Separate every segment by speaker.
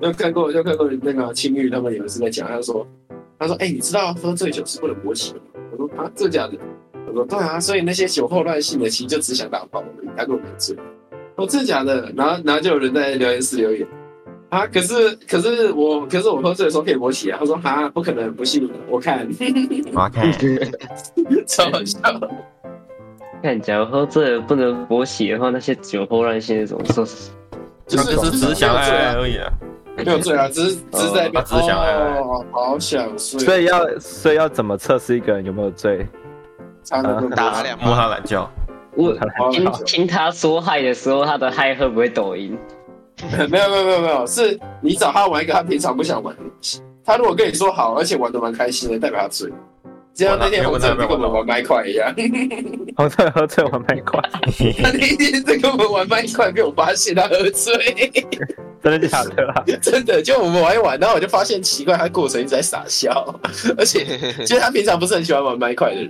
Speaker 1: 有看过，有看过那个青玉他们有一次在讲，他说，他说，哎、你知道喝醉酒是不能勃起的吗？我说啊，真的假的？我说对啊，所以那些酒后乱性的其实就只想打炮，他根本没醉。我说真的假的？然后然后就有人在留言室留言。啊！可是可是我可是我喝醉的时候可以勃起啊！他说哈，不可能，不信我看，
Speaker 2: 我看
Speaker 1: 超好笑。
Speaker 3: 看，假如喝醉了不能勃起的话，那些酒后乱性是怎么说？
Speaker 1: 就
Speaker 2: 他
Speaker 1: 是
Speaker 2: 就是只是想爱爱而已啊。
Speaker 1: 没有醉啊，只是只是在那边
Speaker 2: 他只是想爱爱
Speaker 1: 哦，好想睡，
Speaker 4: 所以要所以要怎么测试一个人有没有醉？
Speaker 1: 差那么多
Speaker 5: 打两
Speaker 2: 摸
Speaker 5: 炮，
Speaker 2: 他懒觉，
Speaker 3: 我
Speaker 1: 好
Speaker 3: 听
Speaker 1: 好
Speaker 3: 听他说嗨的时候，他的嗨会不会抖音？
Speaker 1: 没有没有没有没有，是你找他玩一个他平常不想玩的游戏。他如果跟你说好，而且玩的蛮开心的，代表他醉。就像那天红正跟我们玩麦块一样，
Speaker 4: 红色喝醉玩麦块，
Speaker 1: 他那天在跟我们玩麦块，被我发现他喝醉，
Speaker 4: 真的假的啊？
Speaker 1: 真的。就我们玩一玩，然后我就发现奇怪，他过程一直在傻笑， 而且就是他平常不是很喜欢玩麦块的人。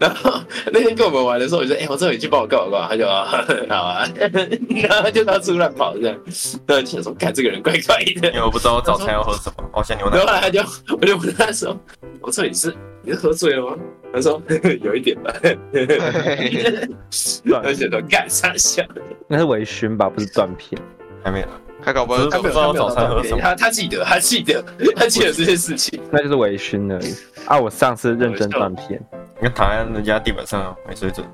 Speaker 1: 然后那天跟我们玩的时候，我就说：“哎、我这里去帮我干嘛干嘛？”他就啊，好啊， 然后就到处乱跑这样。然后就想说：“看这个人怪怪的。”
Speaker 2: 因为我不知道我早餐要喝什么，我想牛奶
Speaker 1: 然。后后来他就，我就问他说：“我说你是你是喝醉了吗？”他说：“ 有一点吧。”而且都干啥笑？
Speaker 4: 那是微醺吧，不是断片。
Speaker 2: 还没有，
Speaker 5: 他搞不好
Speaker 2: 不
Speaker 1: 他
Speaker 2: 是
Speaker 1: 没有，
Speaker 2: 知道
Speaker 1: 他没有
Speaker 2: 早餐喝什么
Speaker 1: 他他记得，他记得，他记得这件事情。
Speaker 4: 那就是微醺而已啊！我上次认真断片，
Speaker 2: 你看躺在人家地板上没水准，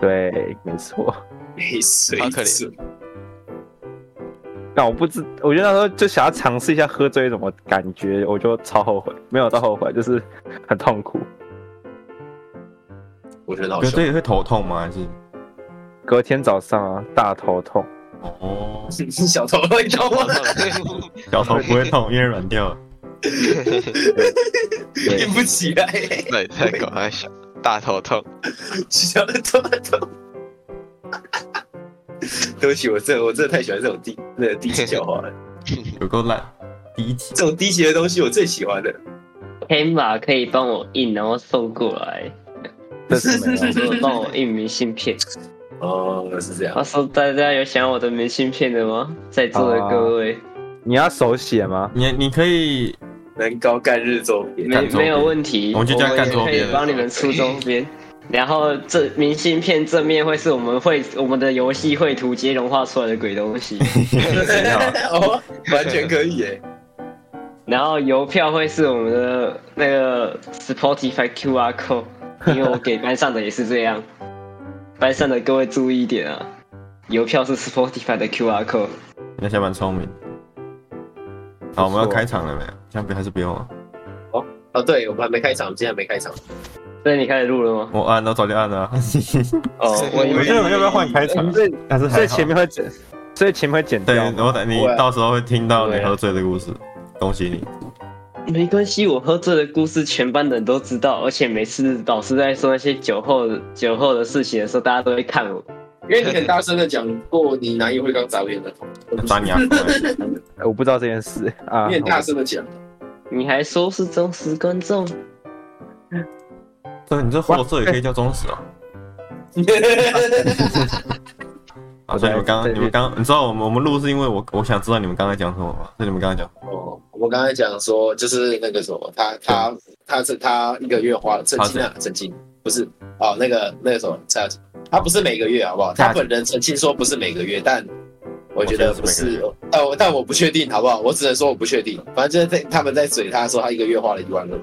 Speaker 4: 对，没错。
Speaker 1: 没水
Speaker 5: 好可怜
Speaker 1: 准，
Speaker 4: 但我不知，我觉得那时候就想要尝试一下喝醉什么感觉，我就超后悔，没有到后悔，就是很痛苦。
Speaker 1: 我觉得好
Speaker 2: 觉得
Speaker 1: 笑。
Speaker 2: 这个会头痛吗？还是
Speaker 4: 隔天早上啊，大头痛，
Speaker 2: 哦，
Speaker 1: 小头会痛吗？
Speaker 2: 小头不会痛，因为软掉了。
Speaker 1: 硬不起来，
Speaker 5: 那也太搞笑，大头痛，
Speaker 1: 小头会痛。 对不起，我真的我真的太喜欢这种低那个低级笑话了。
Speaker 2: 有够烂，第一集
Speaker 1: 这种低级的东西我最喜欢的。
Speaker 3: 天马可以帮我印，然后送过来，
Speaker 4: 这是没 有。
Speaker 3: 说帮我印明信片。
Speaker 1: 哦，是这样。
Speaker 3: 他说大家有想要我的明信片的吗？在座的各位，
Speaker 4: 你要手写吗？
Speaker 2: 你你可以
Speaker 1: 能高干日周边，
Speaker 3: 没
Speaker 2: 干周边
Speaker 3: 没有问
Speaker 2: 啊
Speaker 3: 题，
Speaker 2: 我们就这样干周边
Speaker 3: 我也可以帮你们出周边。然后这明信片正面会是我们会我们的游戏绘图接融化出来的鬼东西，
Speaker 1: 哦，完全可以耶！
Speaker 3: 然后邮票会是我们的那个 Spotify QR code，因为我给班上的也是 这样，班上的各位注意一点啊，邮票是 Spotify 的 QR code。
Speaker 2: 那些蛮聪明。好，我们要开场了没有？这样不还是不用了？
Speaker 1: 哦，对，我们还没开场，我们今天还没开场。
Speaker 3: 所以你开始录了吗？
Speaker 2: 我按，我早就按了啊。
Speaker 3: 哦，我以
Speaker 2: 你
Speaker 3: 为
Speaker 2: 们要要不要换开场
Speaker 4: 你？这
Speaker 2: 但是还好
Speaker 4: 这前面会剪，所以前面会剪
Speaker 2: 对
Speaker 4: 掉，吗。
Speaker 2: 我等你
Speaker 1: 不会啊
Speaker 2: 到时候会听到你
Speaker 3: 不会啊
Speaker 2: 喝醉的故事，恭喜 你。
Speaker 3: 没关系，我喝醉的故事全班的人都知道，而且每次老师在说那些酒后酒后的事情的时候，大家都会看我。
Speaker 1: 因为你很大声的讲过你哪里会刚砸别人的头，
Speaker 2: 抓你啊！
Speaker 4: 我不知道这件事啊
Speaker 1: 你。很大声的 讲，
Speaker 3: 你还说是忠实观众？
Speaker 2: 对，你这货色也可以叫忠实哦。啊，所以你们
Speaker 4: 我在
Speaker 2: 啊刚
Speaker 4: 在
Speaker 2: 刚，你们刚，你知道我们我们录是因为我我想知道你们刚才讲什么吗？是你们刚才讲，
Speaker 1: 哦，我们刚才讲说就是那个什么，他他他是他一个月花了曾经啊，曾经不是哦，那个那个什么，蔡他不是每个月好不好？他本人澄清说不是每个月，但。我觉得不是，但我但我不确定，好不好？我只能说我不确定。反正就是在他们在嘴他说他一个月花了一万多。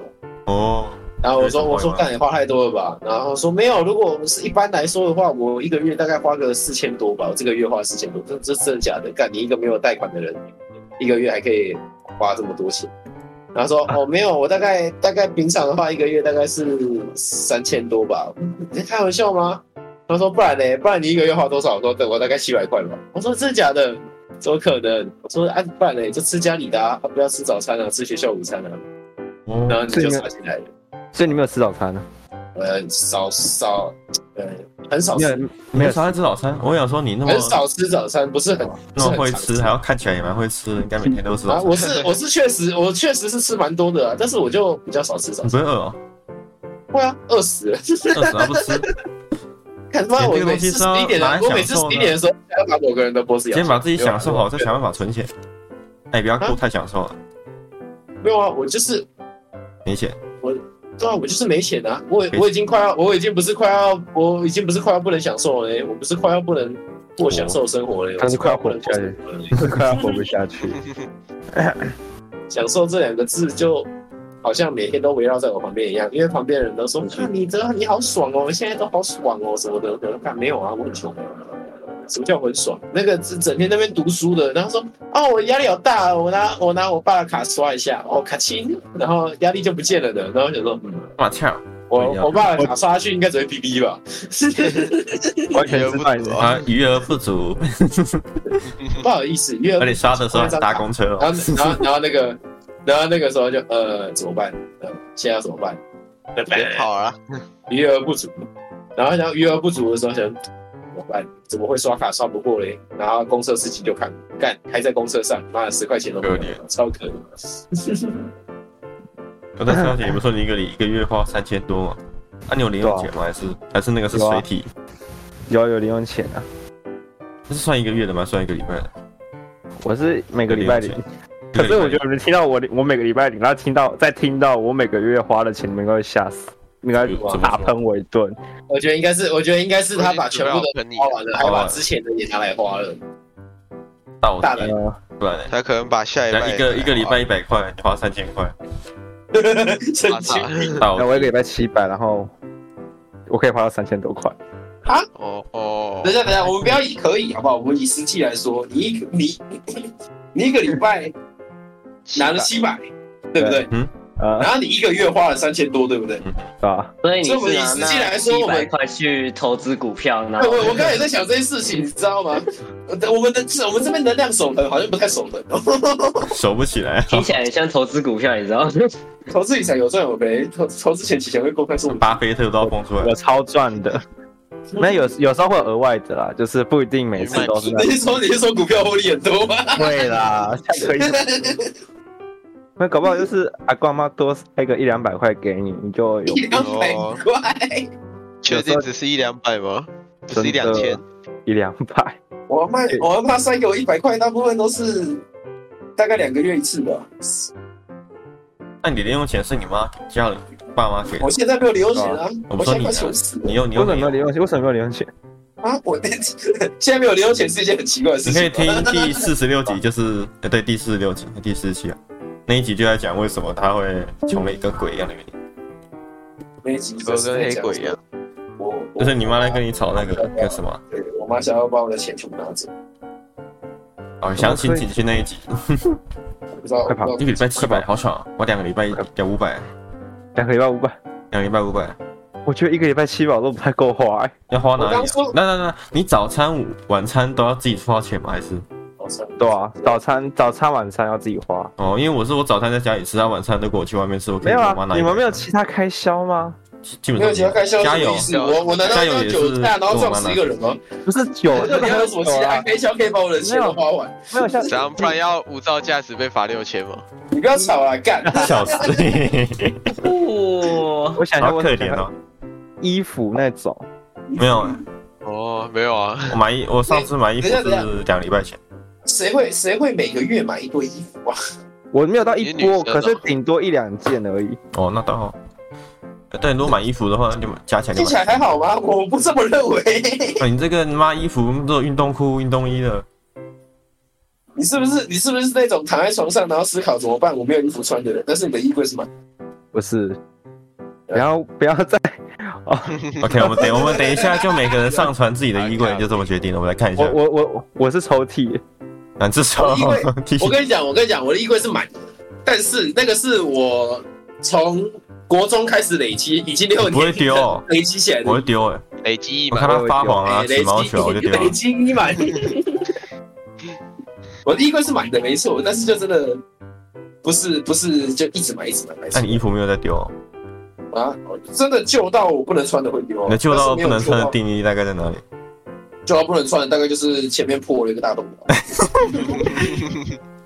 Speaker 2: 哦，
Speaker 1: 然后我说
Speaker 2: 对
Speaker 1: 我说
Speaker 2: 花一万
Speaker 1: 干你花太多了吧？然后说没有，如果我们是一般来说的话，我一个月大概花个四千多吧，我这个月花四千多，这这真的假的？干你一个没有贷款的人，一个月还可以花这么多钱？然后 说哦没有，我大概大概平常的话，一个月大概是三千多吧。你在开玩笑吗？他说不然呢？不然你一个月花多少？我说等我大概七百块吧。我说真的假的？怎么可能？我说啊不然呢？就吃家里的啊，啊不要吃早餐啊，吃学校午餐啊。
Speaker 2: 哦
Speaker 1: 然后你就杀进来了。
Speaker 4: 所以你没有吃早餐啊呢？
Speaker 1: 呃，少少，呃，很少
Speaker 4: 没
Speaker 1: 吃，
Speaker 4: 有
Speaker 2: 没
Speaker 4: 没
Speaker 2: 有
Speaker 4: 有
Speaker 2: 早餐吃早餐，我想说你那么
Speaker 1: 很少吃早餐，不是很
Speaker 2: 那么会
Speaker 1: 不是很
Speaker 2: 吃，还
Speaker 1: 常
Speaker 2: 要看起来也蛮会吃，应该每天都吃
Speaker 1: 啊？
Speaker 2: 早餐。
Speaker 1: 我是我是确实我确实是吃蛮多的、啊，但是我就比较少吃早
Speaker 2: 你
Speaker 1: 餐。
Speaker 2: 不会饿哦？
Speaker 1: 会啊，饿死了！
Speaker 2: 饿死还不吃？
Speaker 1: 看他妈我
Speaker 2: 点这个
Speaker 1: 每
Speaker 2: 东西
Speaker 1: 次
Speaker 2: 是
Speaker 1: 十
Speaker 2: 要
Speaker 1: 一点
Speaker 2: 拿
Speaker 1: 的
Speaker 2: 来，
Speaker 1: 我每次
Speaker 2: 享
Speaker 1: 十
Speaker 2: 受
Speaker 1: 一
Speaker 2: 的
Speaker 1: 点的时候，要把某个人的脖子咬。
Speaker 2: 先把自己享受好，再想办法存钱。哎，不要过太享受了，
Speaker 1: 没有啊，我就是
Speaker 2: 没钱。
Speaker 1: 对啊，我就是没钱啊，我我已经快要，我已经不是快要，我已经不是快要不能享受了嘞，我不是快要不能过享受生活了，
Speaker 4: 他是快要
Speaker 1: 我不能过
Speaker 4: 活不下
Speaker 1: 生
Speaker 4: 去
Speaker 1: 活了嘞。
Speaker 4: 快要活不下去。
Speaker 1: 享受这两个字就好像每天都围绕在我旁边一样，因为旁边人都说：“啊，你这你好爽哦，现在都好爽哦什么的。”我说：“看没有啊，我很穷。”什么叫我很爽？那个是整天在那边读书的，然后说：“哦，我压力好大哦，我拿我拿我爸的卡刷一下，哦，卡亲，然后压力就不见了的。”然后我想说：“嗯，
Speaker 2: 哇操！不一
Speaker 1: 我
Speaker 2: 样
Speaker 1: 我爸的卡刷下去应该只会哔哔吧？
Speaker 4: 完全失败的。
Speaker 2: 啊，余额不足，
Speaker 1: 不好意思，因为
Speaker 2: 而且刷的时候还搭公车哦。
Speaker 1: 然后然后然后那个然后那个时候就呃怎么办？呃，现在要怎么办？
Speaker 5: 别跑了，
Speaker 1: 余额不足，然后想余额不足的时候想怎么办？怎么会刷卡刷不过嘞？然后公车司机就看干还在公车上，妈的十块钱都没有
Speaker 2: 可怜，
Speaker 1: 超可怜。
Speaker 2: 我在上学，你不是说你一个一个月花三千多吗？啊，你有零用钱吗？还是还是那个是
Speaker 4: 有啊
Speaker 2: 随体？
Speaker 4: 有有零用钱啊，
Speaker 2: 那是算一个月的吗？算一个礼拜的？
Speaker 4: 我是每个礼拜领
Speaker 2: 有零。
Speaker 4: 可是我觉得你们听到我我每个礼拜领，然后听到再听到我每个月花的钱，你们应该会吓死，你们应该大喷我一顿。
Speaker 1: 我觉得应该是，我觉得应该是他把全部
Speaker 5: 我已经准
Speaker 1: 的
Speaker 5: 备好喷你
Speaker 1: 花
Speaker 5: 了，
Speaker 1: 完了，还把之前的也拿来花了。
Speaker 2: 到
Speaker 1: 大的
Speaker 4: 呃，
Speaker 2: 不然嘞
Speaker 5: 他可能把下一
Speaker 2: 人家
Speaker 5: 拜
Speaker 2: 一个一个礼拜一百块，你花三千块，
Speaker 1: 神
Speaker 5: 打
Speaker 1: 经
Speaker 5: 他
Speaker 2: 到
Speaker 4: 那我一个礼拜七百，然后我可以花到三千多块。
Speaker 5: 哦哦
Speaker 1: 等一，下，等一下，我们不要以可以好不好？我们以实际来说，你一你你一个礼拜拿了七百，对不对？
Speaker 4: 呃，
Speaker 1: 然后你一个月花了三千多，对不对？
Speaker 4: 是吧？
Speaker 3: 所以你
Speaker 1: 所以我们
Speaker 3: 是
Speaker 1: 以
Speaker 3: 拿
Speaker 1: 实际来
Speaker 3: 那
Speaker 1: 说
Speaker 3: 七
Speaker 1: 我们
Speaker 3: 百块去投资股票，然
Speaker 1: 哎
Speaker 3: 后
Speaker 1: 我我刚才也在想这件事情，你知道吗？我我们的我们这边能量守恒好像不太守恒，哦
Speaker 2: 守不起来，
Speaker 3: 听起来很像投资股票，你知道吗？
Speaker 1: 投资理财有赚有赔，投投资前期钱会过快速。
Speaker 2: 巴菲特都要蹦出来
Speaker 4: 我。超赚 的，那有有时候会有额外的啦，就是不一定每次都是那
Speaker 1: 你是说你是说股票获利很多吗？
Speaker 4: 会啦，下 可以。那搞不好就是阿公阿妈多塞个一两百块给你，你就有
Speaker 1: 一两百
Speaker 2: 啊
Speaker 1: 块，
Speaker 5: 确定只是一两百吗？只是一两千
Speaker 4: 真，一两百。
Speaker 1: 我妈我妈塞给我一百块，大部分都是大概两个月一次吧。
Speaker 2: 那你的零用钱是你妈给家里爸妈给的
Speaker 1: 我？现在没有零用钱啊，
Speaker 2: 我
Speaker 1: 我
Speaker 2: 不
Speaker 1: 现
Speaker 2: 说
Speaker 1: 在
Speaker 2: 你
Speaker 1: 快
Speaker 2: 的
Speaker 1: 穷死
Speaker 2: 你
Speaker 1: 了
Speaker 2: 有你有
Speaker 4: 为什么没有
Speaker 2: 你
Speaker 4: 零用钱？为什么没有零用钱？
Speaker 1: 啊！我现在没有零用钱是一件很奇怪的事
Speaker 2: 你可以
Speaker 1: 情。啊
Speaker 2: 听 第四十六集，就是呃对第四十六集、第四十七啊，那一集就在讲为什么他会穷的跟鬼一样的原因，
Speaker 1: 每集
Speaker 5: 都跟黑鬼一样。
Speaker 1: 我我
Speaker 2: 就是你妈在跟你吵那个那个什么啊，
Speaker 1: 对我妈想要把我的钱全部拿走，
Speaker 2: 哦，详情请去那一集。
Speaker 1: 我不知道
Speaker 4: 快跑
Speaker 1: 我不
Speaker 2: 一
Speaker 1: 知
Speaker 2: 个
Speaker 1: 道
Speaker 2: 礼拜七百，好爽啊！我两个礼拜要五百，
Speaker 4: 两个礼拜五百，
Speaker 2: 两个礼拜五百，
Speaker 4: 我觉得一个礼拜七百我都不太够花、欸，
Speaker 2: 要花哪
Speaker 1: 我
Speaker 2: 里
Speaker 1: 刚
Speaker 2: 啊
Speaker 1: 说？
Speaker 2: 那那那，你早餐、午晚餐都要自己花钱吗？还是
Speaker 1: 好像
Speaker 4: 对啊，早餐、早餐、晚餐要自己花。
Speaker 2: 哦？因为我是我早餐在家里吃，啊，晚餐如果我去外面吃，我可
Speaker 4: 没
Speaker 2: 以
Speaker 4: 有
Speaker 2: 跟我妈
Speaker 4: 啊，
Speaker 2: 拿。
Speaker 4: 你们没有其他开销吗？
Speaker 2: 基，基本
Speaker 1: 没有
Speaker 2: 上
Speaker 1: 其他开销
Speaker 2: 加
Speaker 1: 什
Speaker 2: 油
Speaker 1: 么意思？我我难道要酒驾然后撞死一个人 吗？
Speaker 4: 不是酒，
Speaker 1: 我到
Speaker 4: 这个
Speaker 1: 底
Speaker 4: 还
Speaker 1: 要有什么其他
Speaker 4: 啊？
Speaker 1: 开销可以把我的钱都花完？
Speaker 4: 没有像
Speaker 5: 怎样？不然要无照驾驶被罚六千吗？
Speaker 1: 你不要吵了，干！
Speaker 2: 笑死，
Speaker 3: 哇，
Speaker 4: 我想一下，
Speaker 2: 好
Speaker 4: 我
Speaker 2: 可
Speaker 4: 想
Speaker 2: 怜哦。
Speaker 4: 衣服那种，
Speaker 2: 没有，
Speaker 5: 哦，没有啊，
Speaker 2: 我买衣，我上次买衣服
Speaker 1: 等一下
Speaker 2: 是两礼拜前，
Speaker 1: 谁会谁会每个月买一堆衣服啊？
Speaker 4: 我没有到一
Speaker 5: 你女
Speaker 4: 波，
Speaker 5: 生
Speaker 4: 可是
Speaker 5: 哦
Speaker 4: 顶多一两件而已。
Speaker 2: 哦，那倒好。呃但你如果买衣服的话，就加起来
Speaker 1: 听
Speaker 2: 就
Speaker 1: 起
Speaker 2: 买。
Speaker 1: 来还好吗？我不这么认为。
Speaker 2: 哦你这个妈衣服都有运动裤、运动衣的，
Speaker 1: 你是不是你是不是那种躺在床上然后思考怎么办？我没有衣服穿的人，但是你的衣柜是满。
Speaker 4: 不是，不要不要再，
Speaker 2: OK，我们等我们等一下就每个人上传自己的衣柜，就这么决定了。我们来看一下
Speaker 4: 我，我我我是抽屉，
Speaker 2: 啊，至少
Speaker 1: 我衣柜
Speaker 2: T
Speaker 1: 我
Speaker 2: 恤
Speaker 1: 跟你讲，我跟你讲，我的衣柜是满的，但是那个是我从国中开始累积，已经六年
Speaker 2: 不会丢哦
Speaker 1: 累积起来的
Speaker 2: 我会丢哎，
Speaker 5: 累积一
Speaker 2: 我
Speaker 5: 百
Speaker 2: 看它发黄啊，
Speaker 1: 哎
Speaker 2: 起毛球我就丢了
Speaker 1: 累。积一满。 我的衣柜是满的，没错，但是就真的不是不是就一直买一直买买一直
Speaker 2: 那
Speaker 1: 买
Speaker 2: 你衣服没有在丢哦，
Speaker 1: 啊，真的旧到我不能穿的会丢啊，
Speaker 2: 你的旧到不能穿的
Speaker 1: 但是没有啊
Speaker 2: 定义大概在哪里？
Speaker 1: 旧到旧到不能穿的大概就是前面破了一个大洞吧。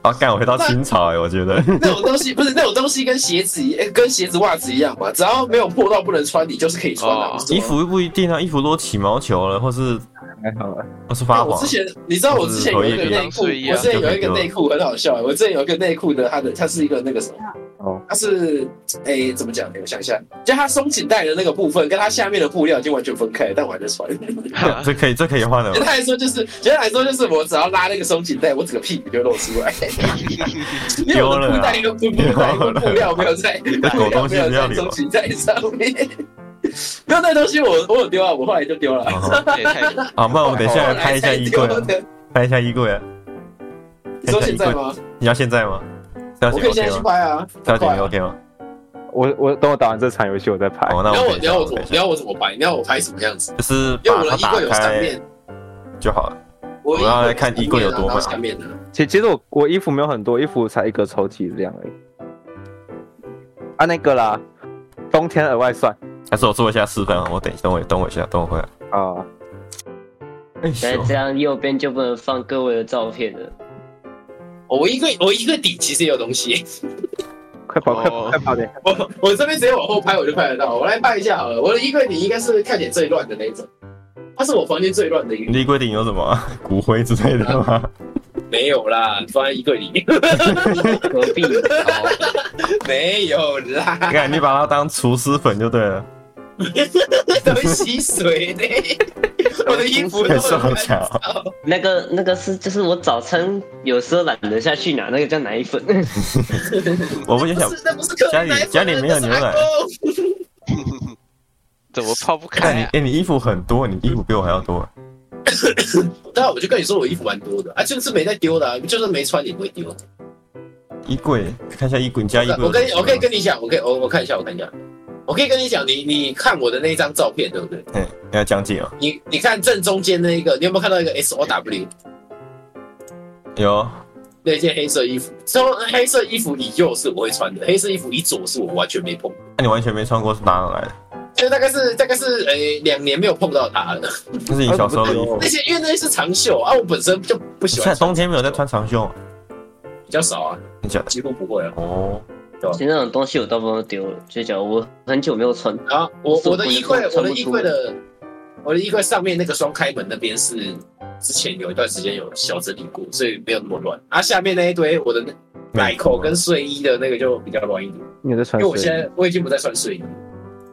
Speaker 2: 啊，干，我回到清朝哎，我觉得
Speaker 1: 那种东西不是那种东西跟鞋子一呃跟鞋子袜子一样嘛，只要没有破到不能穿，你就是可以穿的、
Speaker 5: 哦
Speaker 1: 是吗
Speaker 2: 衣服不一定啊，衣服如果起毛球了，或是
Speaker 4: 还好啊。
Speaker 2: 我是发
Speaker 1: 哎我
Speaker 2: 黄
Speaker 1: 之，前你知道我之前有一个内裤，
Speaker 5: 就是一
Speaker 1: 我
Speaker 5: 样
Speaker 1: 之前有一个内裤很好笑、我之前有一个内裤的，它的它是一个那个什么，
Speaker 4: 哦，
Speaker 1: 它是诶、怎么讲？我想一下，就它松紧带的那个部分跟它下面的布料已经完全分开了，但我还在穿。
Speaker 2: 嗯
Speaker 5: 哈
Speaker 2: 这可以这可以换的
Speaker 1: 简单来说就是，简单来说就是，我只要拉那个松紧带，我整个屁股就露出来。因为我的布带跟布布带跟布料没有在，布
Speaker 2: 这
Speaker 1: 料
Speaker 2: 狗东
Speaker 1: 没
Speaker 2: 西不
Speaker 1: 有在
Speaker 2: 要留
Speaker 1: 松紧带上面。没有那东西我我有丢啊，我后来就丢了。
Speaker 2: 啊。
Speaker 5: 这也太
Speaker 2: 好，不然我们等一下来
Speaker 1: 后
Speaker 2: 拍一下
Speaker 1: 才
Speaker 2: 衣柜
Speaker 1: 丢
Speaker 2: 啊，
Speaker 1: 的
Speaker 2: 拍一下衣柜啊。
Speaker 1: 你说现在吗？
Speaker 2: 你要现在吗？要
Speaker 1: 我
Speaker 2: 紧
Speaker 1: 可以现
Speaker 2: OK
Speaker 1: 在去
Speaker 2: 吗？
Speaker 1: 拍啊，
Speaker 2: 要
Speaker 1: 很
Speaker 2: 紧
Speaker 1: 快啊
Speaker 2: OK 吗？
Speaker 4: 我我等我打完这场游戏我再拍。
Speaker 2: 哦，那
Speaker 1: 你要
Speaker 2: 我
Speaker 1: 我
Speaker 2: 等一
Speaker 1: 你
Speaker 2: 下，
Speaker 1: 要我
Speaker 2: 我
Speaker 1: 怎
Speaker 2: 等
Speaker 1: 么
Speaker 2: 一
Speaker 1: 你
Speaker 2: 下，
Speaker 1: 要我怎么摆？你要我拍什么样子？
Speaker 2: 就是
Speaker 1: 因为
Speaker 2: 把
Speaker 1: 我的
Speaker 2: 它
Speaker 1: 衣柜有
Speaker 2: 打
Speaker 1: 上
Speaker 2: 开
Speaker 1: 面，
Speaker 2: 就好了。
Speaker 1: 我
Speaker 2: 我要来看衣柜有多满
Speaker 1: 满。下面的啊
Speaker 4: 其其实我我衣服没有很多，衣服才一个抽屉这样而已。啊，那个啦，冬天额外算
Speaker 2: 还是我做一下示范啊，我等一下，等我等我一下，等我回来。
Speaker 4: 啊。
Speaker 2: 哎
Speaker 3: 但
Speaker 2: 呦
Speaker 3: 是这样右边就不能放各位的照片了。
Speaker 1: 哦我衣柜我衣柜底其实也有东西，
Speaker 4: 快跑，快
Speaker 5: 哦
Speaker 4: 跑，快跑点！
Speaker 1: 我我这边直接往后拍我就拍得到。我来拍一下好了，我的衣柜底应该是看起来最乱的那一种，它是我房间最乱的一
Speaker 2: 你
Speaker 1: 个。
Speaker 2: 的衣柜顶有什么啊骨灰之类的吗？
Speaker 1: 没有啦，放在衣柜里面
Speaker 3: 隔壁，好，
Speaker 1: 没有啦，
Speaker 2: 看你把它当厨师粉就对了，
Speaker 1: 都吸水的。我的衣服
Speaker 2: 很
Speaker 1: 都
Speaker 2: 受
Speaker 1: 很
Speaker 2: 巧。
Speaker 3: 那个那个是就是我早餐有时候懒得下去拿，那个叫奶粉。
Speaker 2: 我不也想
Speaker 1: 不，是，那不是客
Speaker 2: 家
Speaker 1: 人
Speaker 2: 里
Speaker 1: 奶粉
Speaker 2: 家里没有牛奶
Speaker 1: 那是阿公
Speaker 5: 怎么泡不
Speaker 2: 看你
Speaker 5: 开啊？
Speaker 2: 哎，你衣服很多，你衣服比我还要多。
Speaker 1: 那啊我就跟你说，我衣服蛮多的啊，就是没在丢的、啊，就算没穿也不会丢。
Speaker 2: 衣柜，看一下衣柜，你家衣柜有
Speaker 1: 我
Speaker 2: 什
Speaker 1: 跟你
Speaker 2: 么吗。
Speaker 1: 我可以跟你讲，我可以我我看一下，我看一下，我可以跟你讲，你你看我的那一张照片，对不对？
Speaker 2: 哎，你要讲解哦。
Speaker 1: 你你看正中间那一个，你有没有看到一个 S O W
Speaker 2: 有，哦
Speaker 1: 那件黑色衣服？说黑色衣服以右是我会穿的，黑色衣服以左是我完全没碰，
Speaker 2: 那你完全没穿过是哪来的？
Speaker 1: 就大概是大概是诶两、年没有碰到它了。
Speaker 2: 那是你小时候的衣服
Speaker 1: 那。些因为那些是长袖啊，我本身就不
Speaker 2: 你
Speaker 1: 喜
Speaker 2: 现
Speaker 1: 欢
Speaker 2: 在
Speaker 1: 穿，
Speaker 2: 冬天没有在穿长袖吗，
Speaker 1: 比较少啊，
Speaker 2: 你假的？
Speaker 1: 几乎不会啊。
Speaker 2: 哦，
Speaker 3: 其实那种东西我大部分都丢了，就讲我很久没有穿，
Speaker 1: 然后我
Speaker 3: 是
Speaker 1: 我的
Speaker 3: 不
Speaker 1: 衣
Speaker 3: 穿
Speaker 1: 柜，我
Speaker 3: 穿
Speaker 1: 的
Speaker 3: 不
Speaker 1: 衣
Speaker 3: 出
Speaker 1: 柜
Speaker 3: 门
Speaker 1: 的我的衣柜上面那个双开门那边是之前有一段时间有小整理过，所以没有那么乱。啊，下面那一堆我的那奶口跟睡衣的那个就比较乱一点，
Speaker 4: 你有在
Speaker 1: 因
Speaker 4: 穿
Speaker 1: 为我
Speaker 4: 睡
Speaker 1: 现
Speaker 4: 衣？
Speaker 1: 在我已经不再穿睡衣了。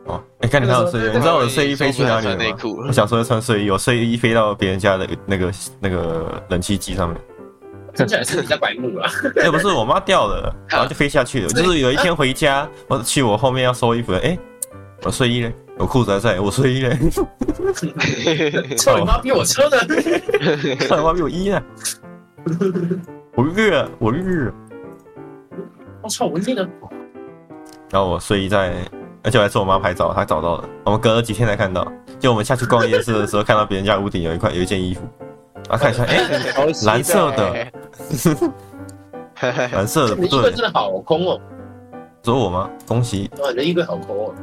Speaker 2: 哦，哎，看你看我的睡衣，你知道我的睡衣飞去哪里
Speaker 5: 穿内
Speaker 2: 了吗？
Speaker 5: 裤
Speaker 2: 我，小时候穿睡衣，我睡衣飞到别人家的那个那个冷气机上面，
Speaker 1: 听起来是你在白目啊！
Speaker 2: 哎，不是我妈掉 了，然后就飞下去了。就是有一天回家，我去我后面要收衣服，哎，我睡衣嘞，我裤子还在，我睡衣嘞，
Speaker 1: 操你妈逼我车的！
Speaker 2: 看我妈比我衣呢，啊我热啊，我热啊。
Speaker 1: 我操，我那个
Speaker 2: 然后我睡衣在，而且我还是我妈拍照，她找到了。我们隔了几天才看到，就我们下去逛夜市的时候，看到别人家屋顶有一块有一件衣服，然后看一下，哎、蓝色的，蓝色的
Speaker 1: 你
Speaker 2: 嗯不
Speaker 1: 的衣柜
Speaker 2: 对
Speaker 1: 真，的好空哦，
Speaker 2: 只有我吗？恭喜！
Speaker 1: 哇，你的衣柜好空哦。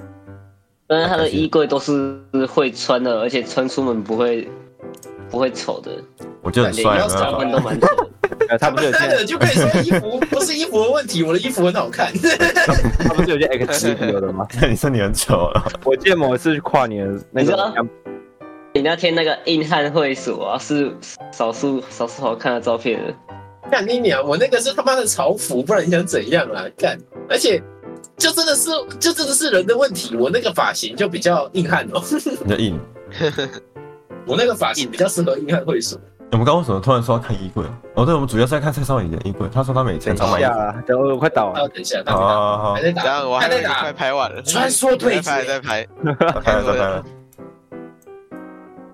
Speaker 3: 但是他的衣柜都是会穿的，而且穿出门不会不会丑的，
Speaker 2: 我就很
Speaker 3: 连
Speaker 2: 帅，没
Speaker 3: 腰
Speaker 2: 办
Speaker 3: 三
Speaker 2: 法。
Speaker 3: 分都蛮丑的。
Speaker 4: 呃他不 是有
Speaker 1: 妈
Speaker 4: 件，
Speaker 1: 的，就跟你说衣服不是衣服的问题，我的衣服很好看。
Speaker 4: 他不是有件 X 衣服有的吗？
Speaker 2: 你说你很丑了，
Speaker 4: 我记得某一次去跨年，那
Speaker 3: 你
Speaker 4: 个
Speaker 3: 知道你那天那个硬汉会所啊，是少数少数好看的照片了。
Speaker 1: 干你娘！我那个是他妈的潮服，不然你想怎样啊？干，而且就真的是就真的是人的问题。我那个发型就比较硬汉哦，
Speaker 2: 你就硬。
Speaker 1: 我那个发型比较适合硬汉会所。
Speaker 2: 我们刚刚为什么突然说要看衣柜？哦，对，我们主要是在看蔡少颖的衣柜。他说他每天
Speaker 4: 等
Speaker 2: 常买
Speaker 4: 一
Speaker 2: 衣
Speaker 4: 下
Speaker 2: 服。
Speaker 4: 啊，等我快打完
Speaker 1: 啊，，等一下，
Speaker 2: 好
Speaker 1: 等一下，还，在
Speaker 2: 好好
Speaker 5: 这样我
Speaker 1: 打，
Speaker 5: 还
Speaker 1: 还
Speaker 5: 没
Speaker 1: 在
Speaker 5: 快
Speaker 1: 打。
Speaker 5: 拍完了，
Speaker 1: 穿梭对
Speaker 5: 在
Speaker 1: 决，
Speaker 5: 拍在拍，
Speaker 2: 好开了，再拍了。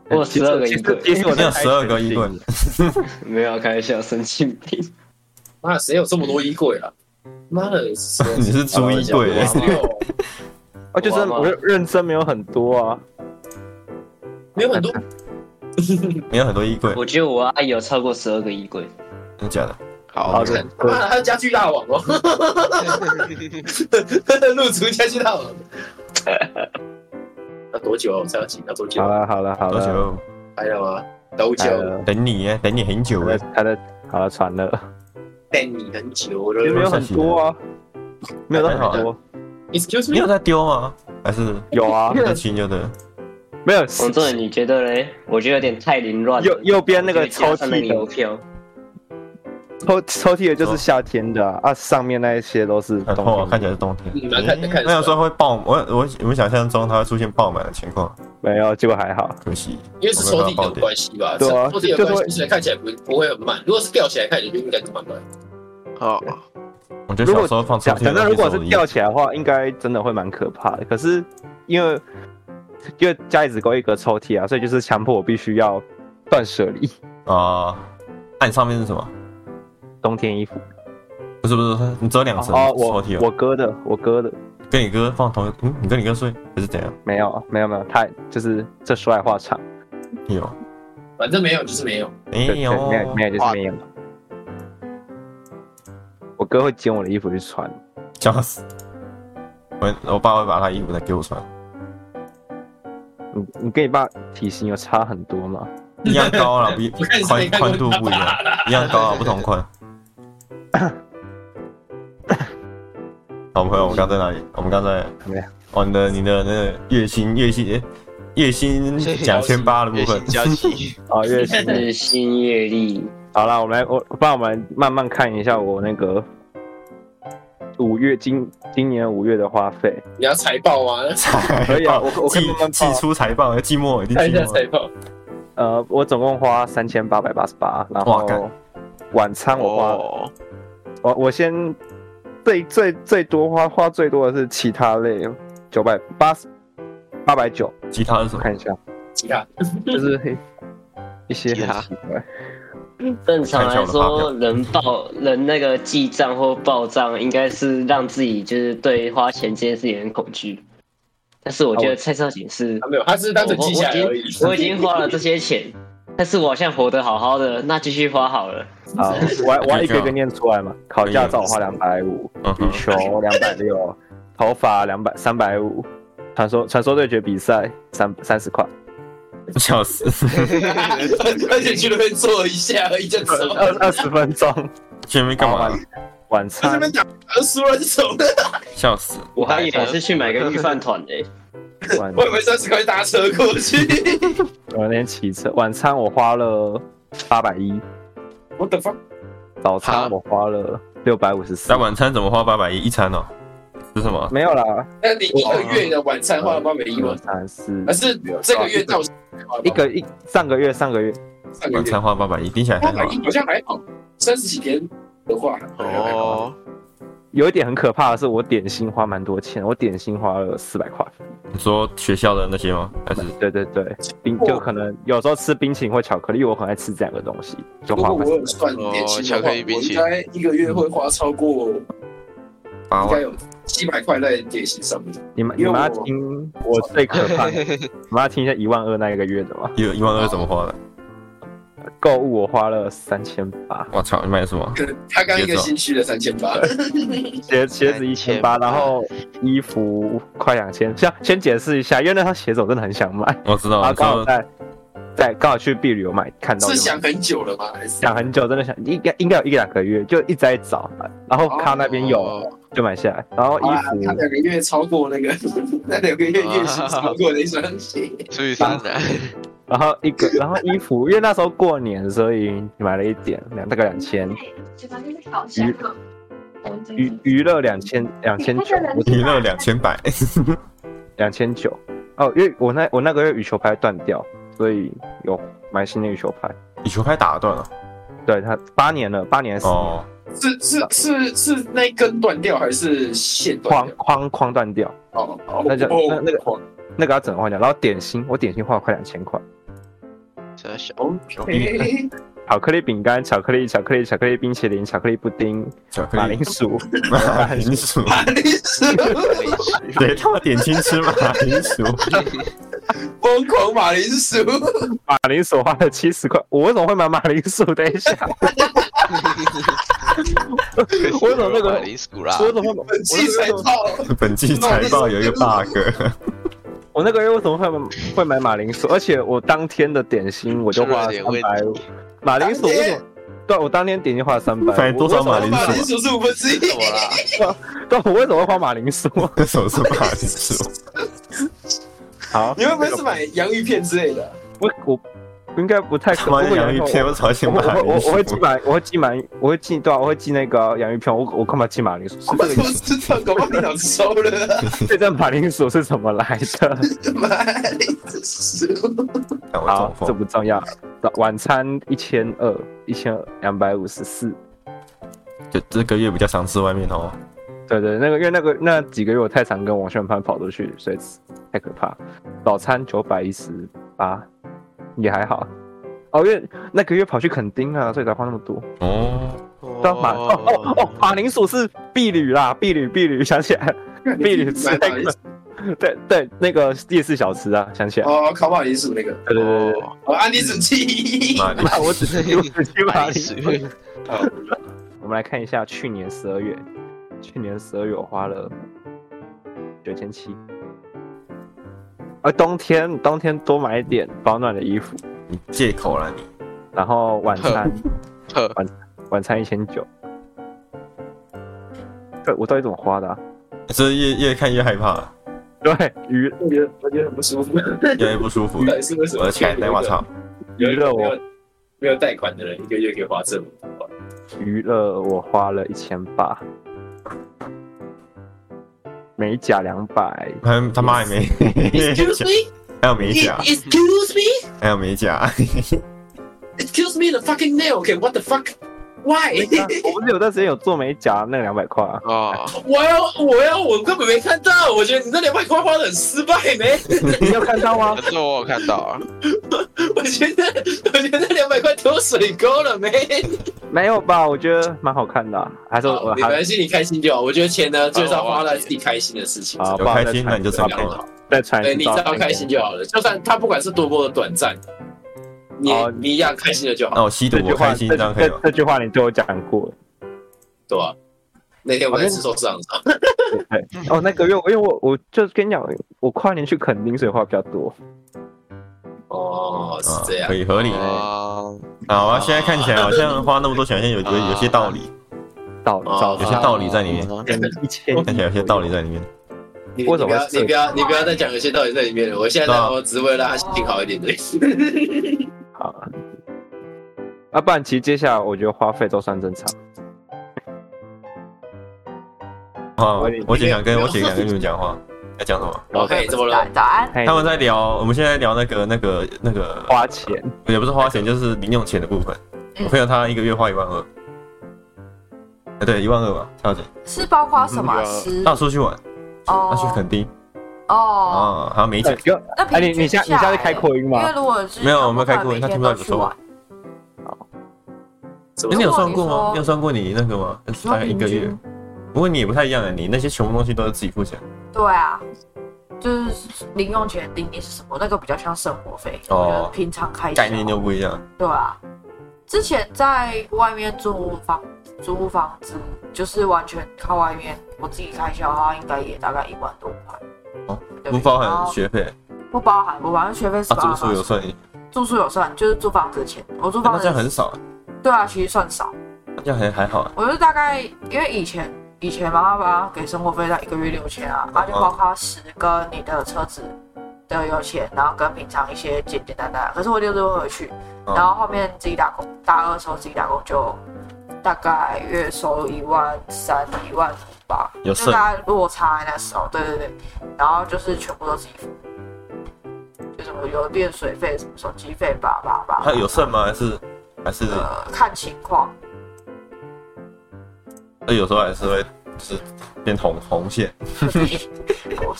Speaker 3: 我有十二个
Speaker 4: 其
Speaker 3: 衣
Speaker 4: 实
Speaker 3: 柜，
Speaker 4: 其实我
Speaker 2: 你有12个衣柜
Speaker 3: 没有啊开玩笑，神经病。
Speaker 1: 妈的，谁有这么多衣柜啊？妈的，谁有
Speaker 2: 你是租衣柜
Speaker 1: 我没有，
Speaker 4: 哦，就是
Speaker 3: 哇
Speaker 4: 我认认真没有很多啊。
Speaker 1: 没有很多。
Speaker 2: 你有很多衣柜，
Speaker 3: 我觉得我阿姨有超过十二个衣柜，
Speaker 2: 真的假的？
Speaker 5: 好
Speaker 4: 的，
Speaker 1: 妈的，还有家具大王哦， 露出家具大 王。要多久啊？我才要请要多久
Speaker 4: 好？了好了好
Speaker 2: 多
Speaker 4: 了，
Speaker 2: 久？
Speaker 1: 还有啊吗？多久
Speaker 4: 来？了，
Speaker 2: 等你耶，等你很久
Speaker 4: 他
Speaker 2: 耶
Speaker 4: 哎在。他在好了传了，
Speaker 1: 等你很久了
Speaker 4: 也没有很多啊，没有到很多，
Speaker 1: Excuse
Speaker 2: 你有
Speaker 1: me，
Speaker 2: 在丢吗？还是
Speaker 4: 有啊，
Speaker 2: 在清就对了？
Speaker 4: 没有
Speaker 3: 王作哦人，你觉得嘞？我觉得有点太凌乱了。
Speaker 4: 右右边那个
Speaker 3: 我觉得加
Speaker 4: 抽
Speaker 3: 上那
Speaker 4: 屉
Speaker 3: 个
Speaker 4: 的
Speaker 3: 邮票，
Speaker 4: 抽抽屉的就是夏天的啊，啊上面那一些都是
Speaker 2: 哦很
Speaker 4: 冬
Speaker 2: 厚啊，看
Speaker 4: 天
Speaker 2: 起来是冬天。
Speaker 1: 嗯蛮看看得出来
Speaker 2: 那有时候会爆，我我我想象中它会出现爆满的情况，
Speaker 4: 没有，结果还好。
Speaker 2: 可惜
Speaker 1: 因为是抽屉
Speaker 2: 我没有办法爆
Speaker 1: 的
Speaker 2: 点。
Speaker 1: 关系吧，
Speaker 4: 对啊
Speaker 1: 抽屉的关
Speaker 4: 就是
Speaker 1: 系，所以看起来不不会很慢。如果是吊起来看起来就应该是慢慢。
Speaker 5: 好，
Speaker 2: 我觉得
Speaker 4: 如
Speaker 2: 小
Speaker 4: 果
Speaker 2: 时候放抽
Speaker 4: 假
Speaker 2: 屉的
Speaker 4: 反
Speaker 2: 东
Speaker 4: 正
Speaker 2: 西
Speaker 4: 如果
Speaker 2: 我的
Speaker 4: 是
Speaker 2: 阴影
Speaker 4: 吊起来的话，应该真的会蛮可怕的。可是因为因为家里只够一个抽屉啊，所以就是强迫我必须要断舍离
Speaker 2: 啊，那你上面是什么？
Speaker 4: 冬天衣服。
Speaker 2: 不是不是，你只有两层
Speaker 4: 哦，
Speaker 2: 抽
Speaker 4: 我
Speaker 2: 屉哦。
Speaker 4: 我哥的，我哥的
Speaker 2: 跟你哥放同，嗯，你跟你哥睡还是怎样？
Speaker 4: 没有没有没有，他就是这说来话长，
Speaker 2: 有
Speaker 1: 反正没有就是没有，
Speaker 4: 对
Speaker 2: 没
Speaker 4: 对，
Speaker 2: 有
Speaker 4: 没有没有就是没有。我哥会捡我的衣服去穿，
Speaker 2: 笑死！我我爸会把他衣服再给我穿，
Speaker 4: 你你跟你爸体型有差很多吗？
Speaker 2: 一样高啦， 不
Speaker 1: 我看你是没
Speaker 2: 宽
Speaker 1: 看过
Speaker 2: 宽度不一样， 一样高啊，不同宽。好朋友，我们刚在哪里？我们刚在
Speaker 4: 怎么样？
Speaker 2: 哦，你的你的那个月薪月薪诶月薪两千八的部
Speaker 5: 月
Speaker 2: 分
Speaker 5: 薪，加起，
Speaker 4: 哦，月薪
Speaker 3: 日新月异。
Speaker 4: 好了，我们来，我帮我们慢慢看一下我那个五月今今年五月的花费。
Speaker 1: 你要财报 啊，
Speaker 4: 可
Speaker 2: 财
Speaker 4: 以啊
Speaker 2: 报
Speaker 4: 我我可以
Speaker 2: 寄
Speaker 4: 慢慢报
Speaker 2: 寄
Speaker 4: 啊
Speaker 2: 出财报，哎季末一定
Speaker 1: 看
Speaker 2: 季
Speaker 1: 一下
Speaker 2: 末
Speaker 1: 财报。
Speaker 4: 呃，我总共花三千八百八十八，然
Speaker 2: 哇干
Speaker 4: 后晚餐 我花，
Speaker 5: 哦，
Speaker 4: 我我先最最最多花花最多的是其他类，九百八十八百九，
Speaker 2: 吉他是什
Speaker 4: 我
Speaker 2: 么？
Speaker 4: 看一下，
Speaker 1: 其他
Speaker 4: 就是嘿一些
Speaker 5: 其他
Speaker 4: 很奇怪。
Speaker 3: 正常来说，人报人那个记账或报账，应该是让自己就是对花钱这件事情很恐惧。但是我觉得蔡少景是，
Speaker 1: 啊没有，他只是
Speaker 3: 我
Speaker 1: 单纯记下来
Speaker 3: 我
Speaker 1: 而
Speaker 3: 已
Speaker 1: 已
Speaker 3: 经。我已经花了这些钱，但是我好像活得好好的，那继续花好了。
Speaker 4: 好，我还我还 一
Speaker 2: 就这样
Speaker 4: 个一个念出来嘛。考
Speaker 2: 可以
Speaker 4: 驾照花两百五，
Speaker 2: 嗯
Speaker 4: 羽
Speaker 2: 哼，
Speaker 4: 球两百六，头发两百三百五，传说传说对决比赛三三十块，
Speaker 2: 笑死！
Speaker 1: 而 且去那边坐一下而已，就走
Speaker 4: 二
Speaker 1: 了。
Speaker 4: 二十分钟，
Speaker 2: 去那边哦干
Speaker 4: 啊
Speaker 2: 嘛？
Speaker 4: 晚
Speaker 1: 在那
Speaker 4: 餐
Speaker 1: 边
Speaker 2: 啊
Speaker 1: 打输了就走了，
Speaker 2: 笑死！
Speaker 3: 我还以为是去买个预饭团诶、
Speaker 4: 晚
Speaker 1: 我以为三十块搭车过 去。
Speaker 4: 我那天骑车，晚餐我花了八百一，
Speaker 1: 我等放
Speaker 4: 早
Speaker 5: 哈
Speaker 4: 餐我花了六百五十四
Speaker 2: 那，晚餐怎么花八百一一餐哦？是什么？
Speaker 4: 没有啦，
Speaker 1: 那你一个月的晚餐花了八百一
Speaker 4: 一
Speaker 1: 吗？
Speaker 4: 三四
Speaker 1: 还，是这个月到
Speaker 4: 一个一上个月上个月
Speaker 1: 上个
Speaker 2: 晚
Speaker 1: 月
Speaker 2: 餐花八百一，听起来
Speaker 1: 八
Speaker 2: 还
Speaker 1: 百
Speaker 2: 好。啊
Speaker 1: 一好像还好，三十几天的话，
Speaker 5: 哦，
Speaker 4: 有一点很可怕的是，我点心花蛮多钱，我点心花了四百块，
Speaker 2: 你说学校的那些吗？还是
Speaker 4: 对对对，冰就可能有时候吃冰淇淋或巧克力，因为我很爱吃这两个东西，就
Speaker 1: 如
Speaker 4: 花
Speaker 1: 果
Speaker 4: 蛮
Speaker 1: 我有算点心的话，我应该一个月会花超过应
Speaker 2: 八
Speaker 1: 该
Speaker 2: 万？
Speaker 1: 有七百块在点心上面。
Speaker 4: 你们你
Speaker 1: 因为
Speaker 4: 们要
Speaker 1: 我
Speaker 4: 听我最可怕 的，你们要听一下一万二那个月的吗？
Speaker 2: 一一万二怎么花的？
Speaker 4: 购物我花了三千八，
Speaker 2: 我操！你买了什么？
Speaker 1: 可能他刚一个新区的三千八，
Speaker 4: 鞋鞋子一千八，
Speaker 5: 3800
Speaker 4: 然后衣服快两千。先先解释一下，因为那双鞋子我真的很想买，
Speaker 2: 我知道了，
Speaker 4: 然后哦啊刚好
Speaker 2: 说
Speaker 4: 在在刚好去避旅游买，看到
Speaker 1: 是
Speaker 4: 就
Speaker 1: 想很久了吗？还是
Speaker 4: 想很久，真的想应该应该有一两个月，就一直在找，然后看到那边有
Speaker 5: 哦
Speaker 4: 就买下来，然后衣
Speaker 1: 啊，他
Speaker 4: 服
Speaker 1: 两个月超过那个，那两个月月薪超过那双鞋，
Speaker 5: 除以三 的，
Speaker 4: 然后一个然后衣服，因为那时候过年，所以买了一点两大概两千，
Speaker 6: 鱼
Speaker 4: 娱娱乐两千两千九，我
Speaker 2: 娱乐两千百，
Speaker 4: 两千九哦，因为我那我那个月羽球拍断掉，所以有买新的羽球拍。
Speaker 2: 羽球拍打断了。
Speaker 4: 对他八年了，八年十年
Speaker 2: 哦，
Speaker 1: 是是是是那一根断掉还是线断
Speaker 4: 框
Speaker 1: 掉？
Speaker 4: 框框断掉，
Speaker 1: 哦哦，
Speaker 4: 那就
Speaker 1: 哦
Speaker 4: 那那个那个要整个换掉。然后点心，我点心花了快两千块，
Speaker 5: 真小，
Speaker 1: OK，
Speaker 4: 巧克力饼干、巧克力、巧克力、巧克力冰淇淋、巧克力布丁、
Speaker 2: 巧克
Speaker 4: 马
Speaker 2: 力
Speaker 4: 铃薯，
Speaker 2: 马铃薯，
Speaker 1: 马铃薯
Speaker 2: 谁他妈点心吃马铃薯？
Speaker 1: 疯狂马铃薯，
Speaker 4: 马铃薯花了七十块。我为什么会买马铃薯？等一下，我怎么那个
Speaker 5: 马铃薯啦
Speaker 4: 我？怎么会
Speaker 1: 本季才到，
Speaker 2: 本季财报有一个 bug，
Speaker 4: 我那个月为什么会买会买马铃薯？而且我当天的点心我就花了
Speaker 5: 出了点
Speaker 4: 三
Speaker 5: 问
Speaker 4: 百五
Speaker 5: 题，
Speaker 4: 马铃薯为什么？对，我当天点心花了三百，
Speaker 2: 买多少马铃
Speaker 1: 马铃
Speaker 2: 薯？
Speaker 1: 薯是五分之一。
Speaker 5: 怎么啦？
Speaker 4: 对，我为什么会花马铃薯？
Speaker 2: 这手是马铃薯，
Speaker 4: 好，
Speaker 1: 你会不会是买洋芋片之类的？
Speaker 4: 我我应该不太
Speaker 2: 他
Speaker 4: 可能。
Speaker 2: 妈
Speaker 4: 如果
Speaker 2: 洋芋片，我早
Speaker 4: 有
Speaker 2: 先
Speaker 4: 一天我。
Speaker 2: 买
Speaker 4: 我
Speaker 2: 了。
Speaker 4: 我我我会寄马，我会寄马，我会寄对啊，我会寄那个洋芋片。我我干嘛寄马铃薯？是
Speaker 1: 我
Speaker 4: 这个
Speaker 1: 怎
Speaker 4: 意
Speaker 1: 么
Speaker 4: 思。
Speaker 1: 知道？搞不好你脑子抽了，
Speaker 4: 这阵马铃薯是怎么来的？
Speaker 1: 买这食物。
Speaker 2: 看我
Speaker 4: 好
Speaker 2: 中，
Speaker 4: 这
Speaker 2: 风，
Speaker 4: 不重要。早晚餐一千二，一千两百五十四。
Speaker 2: 就这个月比较常吃外面哦。
Speaker 4: 对对，那个因为那个那几个月我太常跟王炫潘跑出去，所以太可怕。早餐九百一十八，也还好。哦，因为那个月跑去垦丁啊，所以才花那么多。
Speaker 2: 哦，
Speaker 4: 对啊，马哦哦哦，马铃薯是婢女啦，婢女婢女，想起来了，婢女吃那个，对对，那个夜市小吃啊，想起来了，
Speaker 1: 哦，烤马铃薯那个，
Speaker 4: 对对对对。
Speaker 1: 哦，安迪子鸡。
Speaker 2: 妈的，
Speaker 4: 那 我只是 有去马
Speaker 5: 马
Speaker 4: 铃
Speaker 5: 铃
Speaker 4: 薯
Speaker 5: 薯。
Speaker 1: 哦
Speaker 4: 我们来看一下去年十二月，去年十二月我花了九千七，而冬天冬天多买一点保暖的衣服，
Speaker 2: 你借口了你。
Speaker 4: 然后晚餐
Speaker 5: 呵，
Speaker 4: 晚餐一千九。对，我到底怎么花的、啊？
Speaker 2: 这越越看越害怕，
Speaker 4: 对，娱
Speaker 1: 我觉得我觉得很不舒服，
Speaker 2: 越来越不舒服。
Speaker 1: 到底是为什
Speaker 2: 我
Speaker 1: 么？
Speaker 2: 的钱呢？我操！
Speaker 1: 有
Speaker 4: 娱
Speaker 1: 一
Speaker 4: 乐
Speaker 1: 个没
Speaker 4: 我
Speaker 1: 有没有贷款的人，一个月可以花这么多。
Speaker 4: 娱乐我花了一千八，美甲两百，
Speaker 2: 还他妈也没，
Speaker 1: Excuse me,
Speaker 2: 还有美甲，
Speaker 1: excuse me,
Speaker 2: 还有美甲。
Speaker 1: excuse me, the fucking nail. Okay, what the fuck? Why?
Speaker 4: 我不是有段时间有做美甲那两百块 啊。
Speaker 5: 哦，
Speaker 1: 我要我要我根本没看到，我觉得你那两百块花的很失败没？
Speaker 4: 你有看到吗？
Speaker 5: 可是我有看到啊，
Speaker 1: 我觉得我觉得那两百块丢水沟了没？
Speaker 4: 没有吧？我觉得蛮好看的啊、还是我
Speaker 1: 好没
Speaker 4: 还
Speaker 1: 关系，你开心就好。我觉得钱呢，就是要花在自己开心的事情
Speaker 4: 啊好
Speaker 1: 上。
Speaker 2: 有开心那你就成功了。
Speaker 4: 再传
Speaker 1: 对，
Speaker 4: 一
Speaker 1: 你
Speaker 4: 次
Speaker 1: 只
Speaker 4: 照片
Speaker 1: 要开心就好了，就算它不管是多么的短暂，你
Speaker 4: 好
Speaker 1: 你一样开心的就好，
Speaker 2: 那我哦吸毒
Speaker 4: 这，句
Speaker 2: 我
Speaker 4: 话，
Speaker 2: 开心，
Speaker 4: 这
Speaker 2: 这样可以哦
Speaker 4: 这
Speaker 2: 吗？
Speaker 4: 这句话你对我讲过。
Speaker 1: 对吧？那天我在吃寿司郎的时候，
Speaker 4: 对，哦，那个月我因为我我就跟你讲，我跨年去垦丁，所以花比较多。
Speaker 1: 哦，是
Speaker 2: 啊
Speaker 1: 这，样
Speaker 2: 可。以合理。
Speaker 5: 哦，
Speaker 2: 好啊，现在看起来好像花那么多钱，好像有有有些道理，
Speaker 4: 早
Speaker 1: 哦
Speaker 4: 早
Speaker 2: 有些
Speaker 4: 上
Speaker 2: 道理在里
Speaker 5: 哦
Speaker 2: 面，
Speaker 4: 一千，
Speaker 2: 看起来有些道理在里面。
Speaker 1: 你
Speaker 4: 为什
Speaker 1: 你
Speaker 4: 么
Speaker 1: 不要
Speaker 4: 是
Speaker 1: 你不要你不要再讲有些道理在里面了。我现在
Speaker 2: 对啊
Speaker 1: 我只是为了让他心情好一点而已。
Speaker 4: 好啊。啊，不然其实接下来我觉得花费都算正常。
Speaker 2: 啊，我姐想跟我姐想跟你们讲话，要讲什么？
Speaker 1: OK，怎么了？
Speaker 6: 早安，
Speaker 4: 嘿
Speaker 2: 他们在聊，我们现在聊那个那个那个，
Speaker 4: 花钱，
Speaker 2: 也不是花钱，就是零用钱的部分。
Speaker 6: 嗯
Speaker 2: 我朋友他一个月花一万二，哎，对，一万二吧，小姐。
Speaker 6: 是包括什么
Speaker 5: 嗯
Speaker 6: 十
Speaker 2: 那出去玩，那去
Speaker 6: 哦
Speaker 2: 垦丁
Speaker 6: 哦，
Speaker 2: 啊，还有美甲
Speaker 4: 哎，哥
Speaker 6: 那
Speaker 4: 哎，
Speaker 6: 平
Speaker 4: 你
Speaker 6: 均
Speaker 4: 你下你
Speaker 6: 下
Speaker 4: 下
Speaker 6: 来
Speaker 4: 次开扩音
Speaker 6: 因为
Speaker 4: 吗？
Speaker 6: 如果是
Speaker 2: 没有我没有开过
Speaker 6: 每
Speaker 2: 他
Speaker 6: 天
Speaker 2: 听不到
Speaker 6: 都
Speaker 2: 有
Speaker 6: 去
Speaker 2: 时候
Speaker 6: 玩，
Speaker 1: 怎
Speaker 2: 哎，
Speaker 1: 么
Speaker 2: 你
Speaker 1: 了
Speaker 2: 有算过
Speaker 6: 如
Speaker 2: 吗
Speaker 6: 果你？说
Speaker 2: 你有算过你那个吗？
Speaker 6: 说
Speaker 2: 大概一个
Speaker 6: 平
Speaker 2: 月
Speaker 6: 均。
Speaker 2: 不过你也不太一样啊，你那些全部东西都是自己付钱
Speaker 6: 对啊，就是零用钱的定义是什么？那个比较像生活费，
Speaker 2: 哦
Speaker 6: 就是平常开销
Speaker 2: 概念就不一样。
Speaker 6: 对啊，之前在外面租房租房子，就是完全靠外面我自己开销的话，应该也大概一万多块。
Speaker 2: 哦
Speaker 6: 对，
Speaker 2: 不包
Speaker 6: 然
Speaker 2: 含
Speaker 6: 后
Speaker 2: 学费
Speaker 6: 不包含，我完全学费是
Speaker 2: 啊，
Speaker 6: 包含
Speaker 2: 住宿有算，哎
Speaker 6: 住宿有算，就是租房子的钱。我租
Speaker 2: 那
Speaker 6: 房
Speaker 2: 这
Speaker 6: 子
Speaker 2: 样很少，
Speaker 6: 对啊，其实算少。
Speaker 2: 那这样还还好啊。
Speaker 6: 我就大概因为以前以前妈妈把给生活费在一个月六千
Speaker 2: 嗯
Speaker 6: 啊，啊就包括十跟你的车子的油钱，然后跟平常一些简简单单的。可是我六日会回去，
Speaker 2: 嗯
Speaker 6: 然后后面自己打工，大二的时候自己打工就大概月收一万三一万五吧，
Speaker 2: 有
Speaker 6: 就
Speaker 2: 剩
Speaker 6: 大概落差在那时候，对对对，然后就是全部都自己付。就什么油电水费、什么手机费，叭叭叭。
Speaker 2: 他有剩吗？还是还是
Speaker 6: 呃，看情 况，
Speaker 2: 那有时候还是会就是变红红线，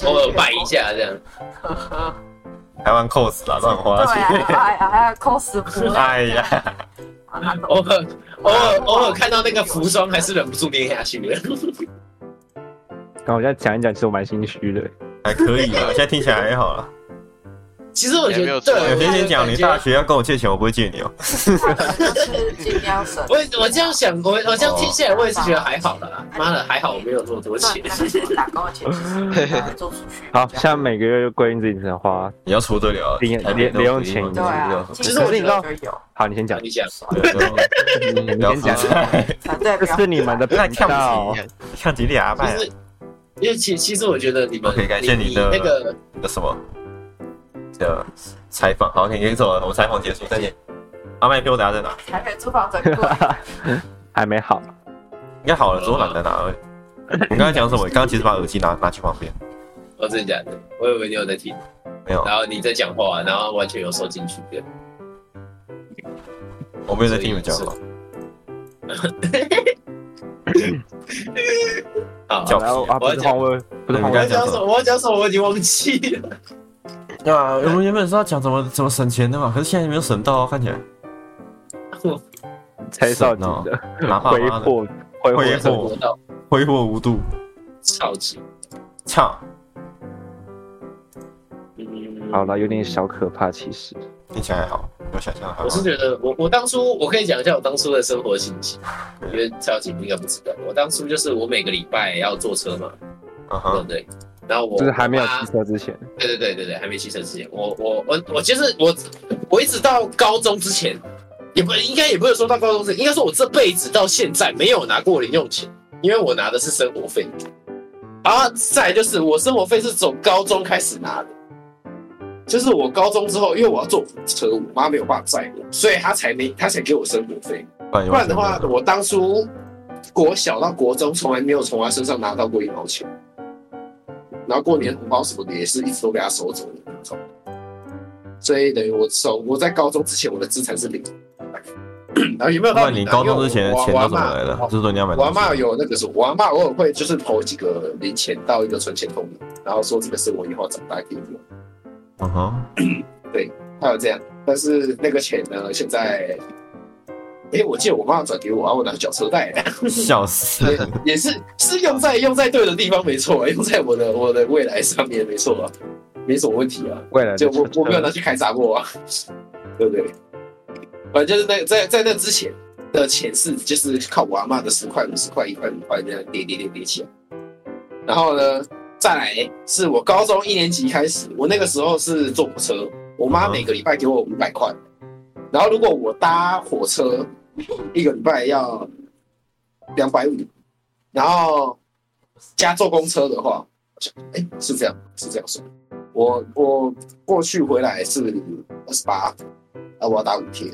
Speaker 6: 偶
Speaker 1: 偶尔拜一下这样。
Speaker 6: 呵呵，
Speaker 2: 台湾扣死啊，乱花
Speaker 6: 对
Speaker 2: 钱。
Speaker 6: 啊，哎呀，还要 cos 服，
Speaker 2: 哎呀，
Speaker 6: 啊那种
Speaker 1: 偶尔偶尔偶尔看到那个服装，还是忍不住捏下去了。
Speaker 4: 刚我现在讲一讲，其实我蛮心虚的。
Speaker 2: 还可以啊，现在听起来还好啦。
Speaker 1: 其实我觉
Speaker 5: 也没
Speaker 1: 得，
Speaker 5: 有
Speaker 1: 对，
Speaker 5: 错
Speaker 2: 有
Speaker 1: 我
Speaker 2: 些
Speaker 1: 现
Speaker 2: 先
Speaker 1: 在
Speaker 2: 讲，
Speaker 1: 感
Speaker 2: 你
Speaker 1: 觉
Speaker 2: 大学要跟我借钱，我不会借你哦。
Speaker 6: 就是尽量省。
Speaker 1: 我我这样想，我我这样听下来，我也是觉得还好啦。
Speaker 2: 嗯
Speaker 1: 妈的，还好我没有做多
Speaker 6: 赚
Speaker 1: 钱
Speaker 6: 那。个打工的钱，其实把它做出去。
Speaker 4: 好，现在每个月就规定自己只能花。
Speaker 2: 你要出得了啊，
Speaker 4: 零
Speaker 2: 台北都
Speaker 4: 零用钱
Speaker 2: 不一
Speaker 6: 对
Speaker 2: 样
Speaker 6: 啊，
Speaker 2: 对
Speaker 6: 其
Speaker 4: 实
Speaker 6: 实我觉
Speaker 4: 你知道
Speaker 6: 得就有，
Speaker 4: 好，你先
Speaker 2: 嗯
Speaker 4: 讲，
Speaker 1: 你讲，
Speaker 2: 对对
Speaker 4: 你
Speaker 2: 不要
Speaker 4: 先
Speaker 2: 负
Speaker 4: 讲。
Speaker 2: 债，
Speaker 6: 反正
Speaker 4: 这是你们的频
Speaker 2: 那看
Speaker 4: 道
Speaker 2: 不起，像吉利阿
Speaker 1: 就
Speaker 2: 拜啊
Speaker 1: 是因为其其实我觉得你们
Speaker 2: OK，感谢
Speaker 1: 你
Speaker 2: 你的
Speaker 1: 那个
Speaker 2: 你的什么？的采访。好，你可以走了，我采访结束，再见。阿麦被我打在哪？
Speaker 6: 台北租房整贵，
Speaker 4: 还没好。
Speaker 2: 应该好了，只是我懒得拿而已。你刚才讲什么？你刚刚其实把耳机拿拿去旁边，
Speaker 1: 哦，真的假的？我以为你有在听，
Speaker 2: 没有，
Speaker 1: 然后你在讲话，然后完全有收进去的。
Speaker 2: 我没有在听你们讲话。
Speaker 1: 好，
Speaker 2: 叫
Speaker 4: 然后啊，不
Speaker 1: 我要
Speaker 4: 是换
Speaker 1: 讲
Speaker 4: 位，不是
Speaker 2: 你
Speaker 4: 换
Speaker 1: 我
Speaker 2: 刚
Speaker 4: 位
Speaker 1: 要
Speaker 2: 才，
Speaker 1: 讲
Speaker 2: 讲
Speaker 1: 什
Speaker 2: 什
Speaker 1: 么？
Speaker 2: 么
Speaker 1: 我要讲什么？我已经忘记了。
Speaker 2: 啊，我们原本是要讲怎么怎么省钱的嘛，可是现在没有省到啊，看起来。
Speaker 4: 猜少级
Speaker 2: 神
Speaker 1: 哦
Speaker 4: 的，
Speaker 2: 哪怕
Speaker 4: 挥
Speaker 2: 妈的
Speaker 4: 霍挥霍
Speaker 1: 我
Speaker 2: 挥霍
Speaker 4: 者
Speaker 1: 国道
Speaker 2: 挥霍无度，
Speaker 1: 超级，
Speaker 2: 操！
Speaker 1: 嗯，
Speaker 4: 好了，有点小可怕，其实
Speaker 2: 听起来还好，我想象还好
Speaker 1: 我。是觉得我我当初我可以讲一下我当初的生活信息，因为超级应该不知道。我当初就是我每个礼拜要坐车嘛，
Speaker 2: 嗯
Speaker 1: 对
Speaker 2: 哼，
Speaker 1: 不对？然后我
Speaker 4: 就是还没有
Speaker 1: 我妈
Speaker 4: 骑车之前，
Speaker 1: 对对对对对，还没骑车之前，我我我我其实我我一直到高中之前，也不应该也不是说到高中之前，应该说我这辈子到现在没有拿过零用钱，因为我拿的是生活费。然后再来就是我生活费是从高中开始拿的，就是我高中之后，因为我要坐火车，我妈没有办法载我，所以她才没她才给我生活费。
Speaker 2: 不然
Speaker 1: 不啊然的话，
Speaker 2: 我
Speaker 1: 我当初国小到国中从来没有从他身上拿到过一毛钱，然后过年红包什么的也是一直都被他收走的那种。所以等于我从我在高中之前我的资产是零，然后有没有到
Speaker 2: 那
Speaker 1: 零啊？
Speaker 2: 你高中之前
Speaker 1: 因为
Speaker 2: 的
Speaker 1: 我
Speaker 2: 钱
Speaker 1: 我
Speaker 2: 都
Speaker 1: 阿
Speaker 2: 怎么
Speaker 1: 嬷
Speaker 2: 来的？
Speaker 1: 我
Speaker 2: 就是说你要买
Speaker 1: 我阿
Speaker 2: 东
Speaker 1: 妈
Speaker 2: 西，
Speaker 1: 有那个什么，我阿妈偶尔会就是投几个零钱到一个存钱桶里，然后说这个是我以后长大给你用，
Speaker 2: 嗯哼，
Speaker 1: 她有这样。但是那个钱呢，现在，哎，我记得我妈转给我，然后我拿去缴车贷了。
Speaker 2: 笑死！
Speaker 1: 也是是用在用在对的地方没错、啊，用在我的我的未来上面没错啊，没什么问题啊。
Speaker 4: 未来的
Speaker 1: 就我
Speaker 4: 车
Speaker 1: 我没有拿去开杂货啊，对不对？反正就是那在在那之前的钱是就是靠我阿嬷的十块五十块一块五块这样叠叠叠叠起来，然后呢，再来是我高中一年级开始，我那个时候是坐火车，我妈
Speaker 2: 嗯
Speaker 1: 每个礼拜给我五百块，然后如果我搭火车一个礼拜要两百五，然后加坐公车的话，哎、是这样是这样算。我我过去回来是二十八，啊，我要打五天，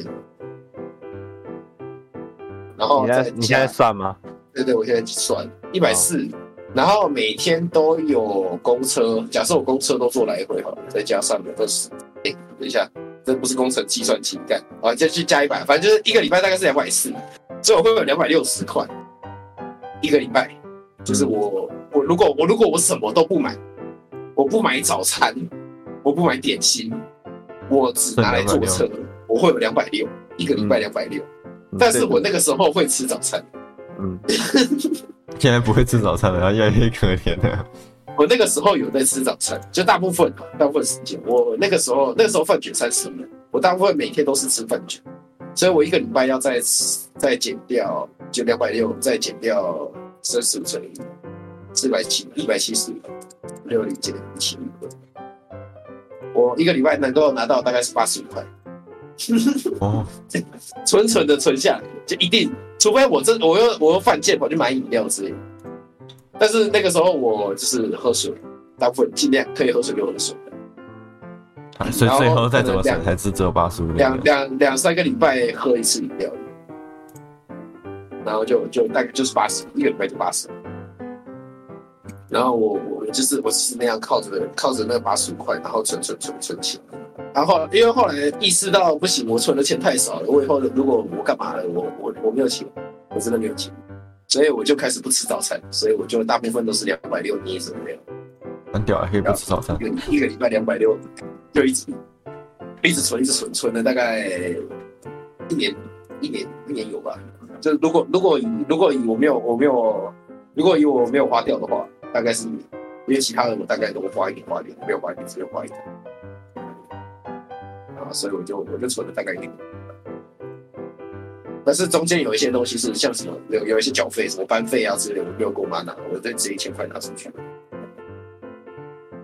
Speaker 1: 然后
Speaker 4: 你在
Speaker 1: 再
Speaker 4: 你现
Speaker 1: 加
Speaker 4: 在算吗？
Speaker 1: 对对，我现在算一百四，然后每天都有公车，假设我公车都坐来回好了，再加上二十，哎，等一下，这不是工程计算机干，啊，再去加一百，反正就是一个礼拜大概是两百四，所以我会有两百六十块一个礼拜，就是我我如果我如果我什么都不买，我不买早餐，我不买点心，我只拿来坐车，我会有两百六一个礼拜两百六，
Speaker 4: 嗯
Speaker 1: 但是我
Speaker 4: 对
Speaker 1: 那个时候会吃早餐。
Speaker 4: 嗯，
Speaker 2: 现在不会吃早餐了，然后越来越可怜了。
Speaker 1: 我那个时候有在吃早餐，就大部分啊大部分时间，我那个时候那个时候饭卷三十五，我大部分每天都是吃饭卷，所以我一个礼拜要再吃再减掉就两百六，再减掉三十五乘以四百七一百七十五，六零减一七五，我一个礼拜能够拿到大概是八十五块，
Speaker 2: 哦，
Speaker 1: 纯纯的存下来，就一定，除非我真我又我又犯贱跑去买饮料之类的。但是那个时候我就是喝水，大部分尽量可以喝水就喝水，
Speaker 2: 啊所以
Speaker 1: 然后
Speaker 2: 最后再怎么
Speaker 1: 可能
Speaker 2: 省才是只有八十五
Speaker 1: 两两两三个礼拜喝一次饮料，然后就就大概就是八十，一个礼拜就八十。然后我我就是我是那样靠着靠着那八十五块，然后存存存存钱。然后因为后来意识到不行，我存的钱太少了，我以后如果我干嘛了，我我我没有钱，我真的没有钱，所以我就开始不吃早餐，所以我就大部分都是两百六捏着没有。
Speaker 2: 很屌，可以不吃早餐
Speaker 1: 一。个一个礼拜两百六，就一直一直存，一直存，存了大概一年一年一年有吧。就如果如果以如果以我没有我没有如果以我没有花掉的话，大概是一年，因为其他的我大概都花一点花一点，没有花一点只有花一点。啊，所以我就我就存了大概一年。但是中间有一些东西是像什么有有一些缴费什么班费啊之类的，我没有给我妈拿，我再直接一千块拿出去。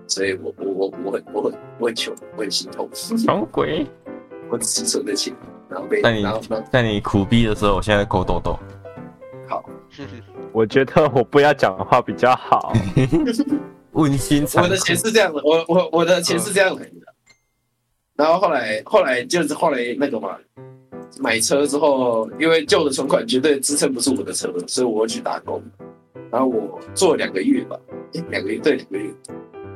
Speaker 1: 所以我我我我很我很我很穷，我很心痛，
Speaker 2: 穷鬼！
Speaker 1: 我只存的钱，然后被
Speaker 2: 那你
Speaker 1: 然后然后
Speaker 2: 在你苦逼的时候，我现在抠痘痘。
Speaker 4: 我觉得我不要讲话比较好。
Speaker 2: 温馨残
Speaker 1: 我
Speaker 2: 酷
Speaker 1: 的钱是这样的，我我我的钱是这样来的，然后后来后来就是后来那个嘛，买车之后，因为旧的存款绝对支撑不住我的车，所以我去打工。然后我做了两个月吧，诶两个月对两个月，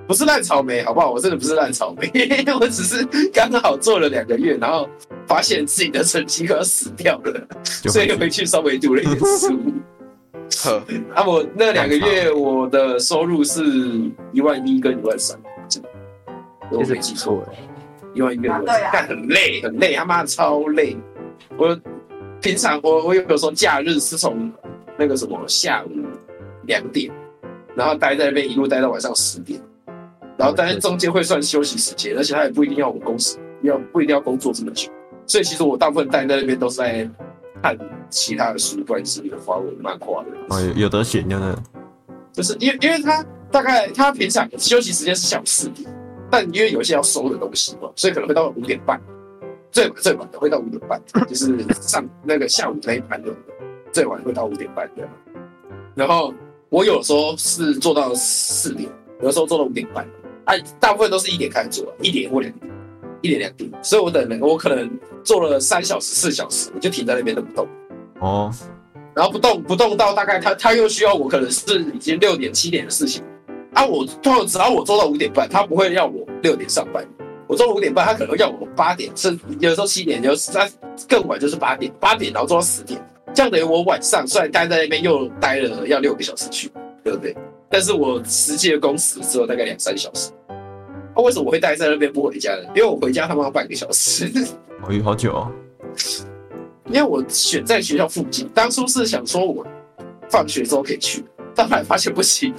Speaker 1: 不是烂草莓，好不好？我真的不是烂草莓， 我只是刚好做了两个月，然后发现自己的成绩快要死掉了，
Speaker 2: 就
Speaker 1: 所以回去稍微读了一点书。
Speaker 5: 呵，
Speaker 1: 啊，我那两个月我的收入是一万一跟一万三， 我没
Speaker 4: 其实不
Speaker 1: 记错
Speaker 4: 错，，
Speaker 1: 一万一跟一万
Speaker 6: 啊对
Speaker 1: 三
Speaker 6: 啊，
Speaker 1: 但很累，很累，他妈的超累。我平常我我有时候假日是从那个什么下午两点，然后待在那边一路待到晚上十点，然后但是中间会算休息时间，而且他也不一定要我工时，要不一定要工作这么久，所以其实我大部分待在那边都是在看其他的书，不然就是华文漫画的。
Speaker 2: 哦，有有得选就是
Speaker 1: 就是因为因为他大概他平常休息时间是下午四点，但因为有一些要收的东西嘛，所以可能会到五点半，最晚最晚的会到五点半，就是上那个下午那一班的，最晚会到五点半这样。然后我有时候是做到四点，有时候做到五点半，啊，大部分都是一点开始做，一点或两点，一点两点，所以我等了我可能做了三小时四小时，我就停在那边都不动。
Speaker 2: 哦，
Speaker 1: 然后不动不动到大概他他又需要我可能是已经六点七点的事情，啊我通常只要我做到五点半，他不会要我六点上班，我做到五点半，他可能要我八点，甚至有时候七点，有时他更晚就是八点，八点然后做到十点，这样等于我晚上虽然待在那边又待了要六个小时去，对不对？但是我实际的工时只有大概两三小时。那、为什么我会待在那边不回家呢？因为我回家他妈半个小时。
Speaker 2: 我有好久哦，
Speaker 1: 因为我选在学校附近，当初是想说我放学之后可以去，但后来发现不行，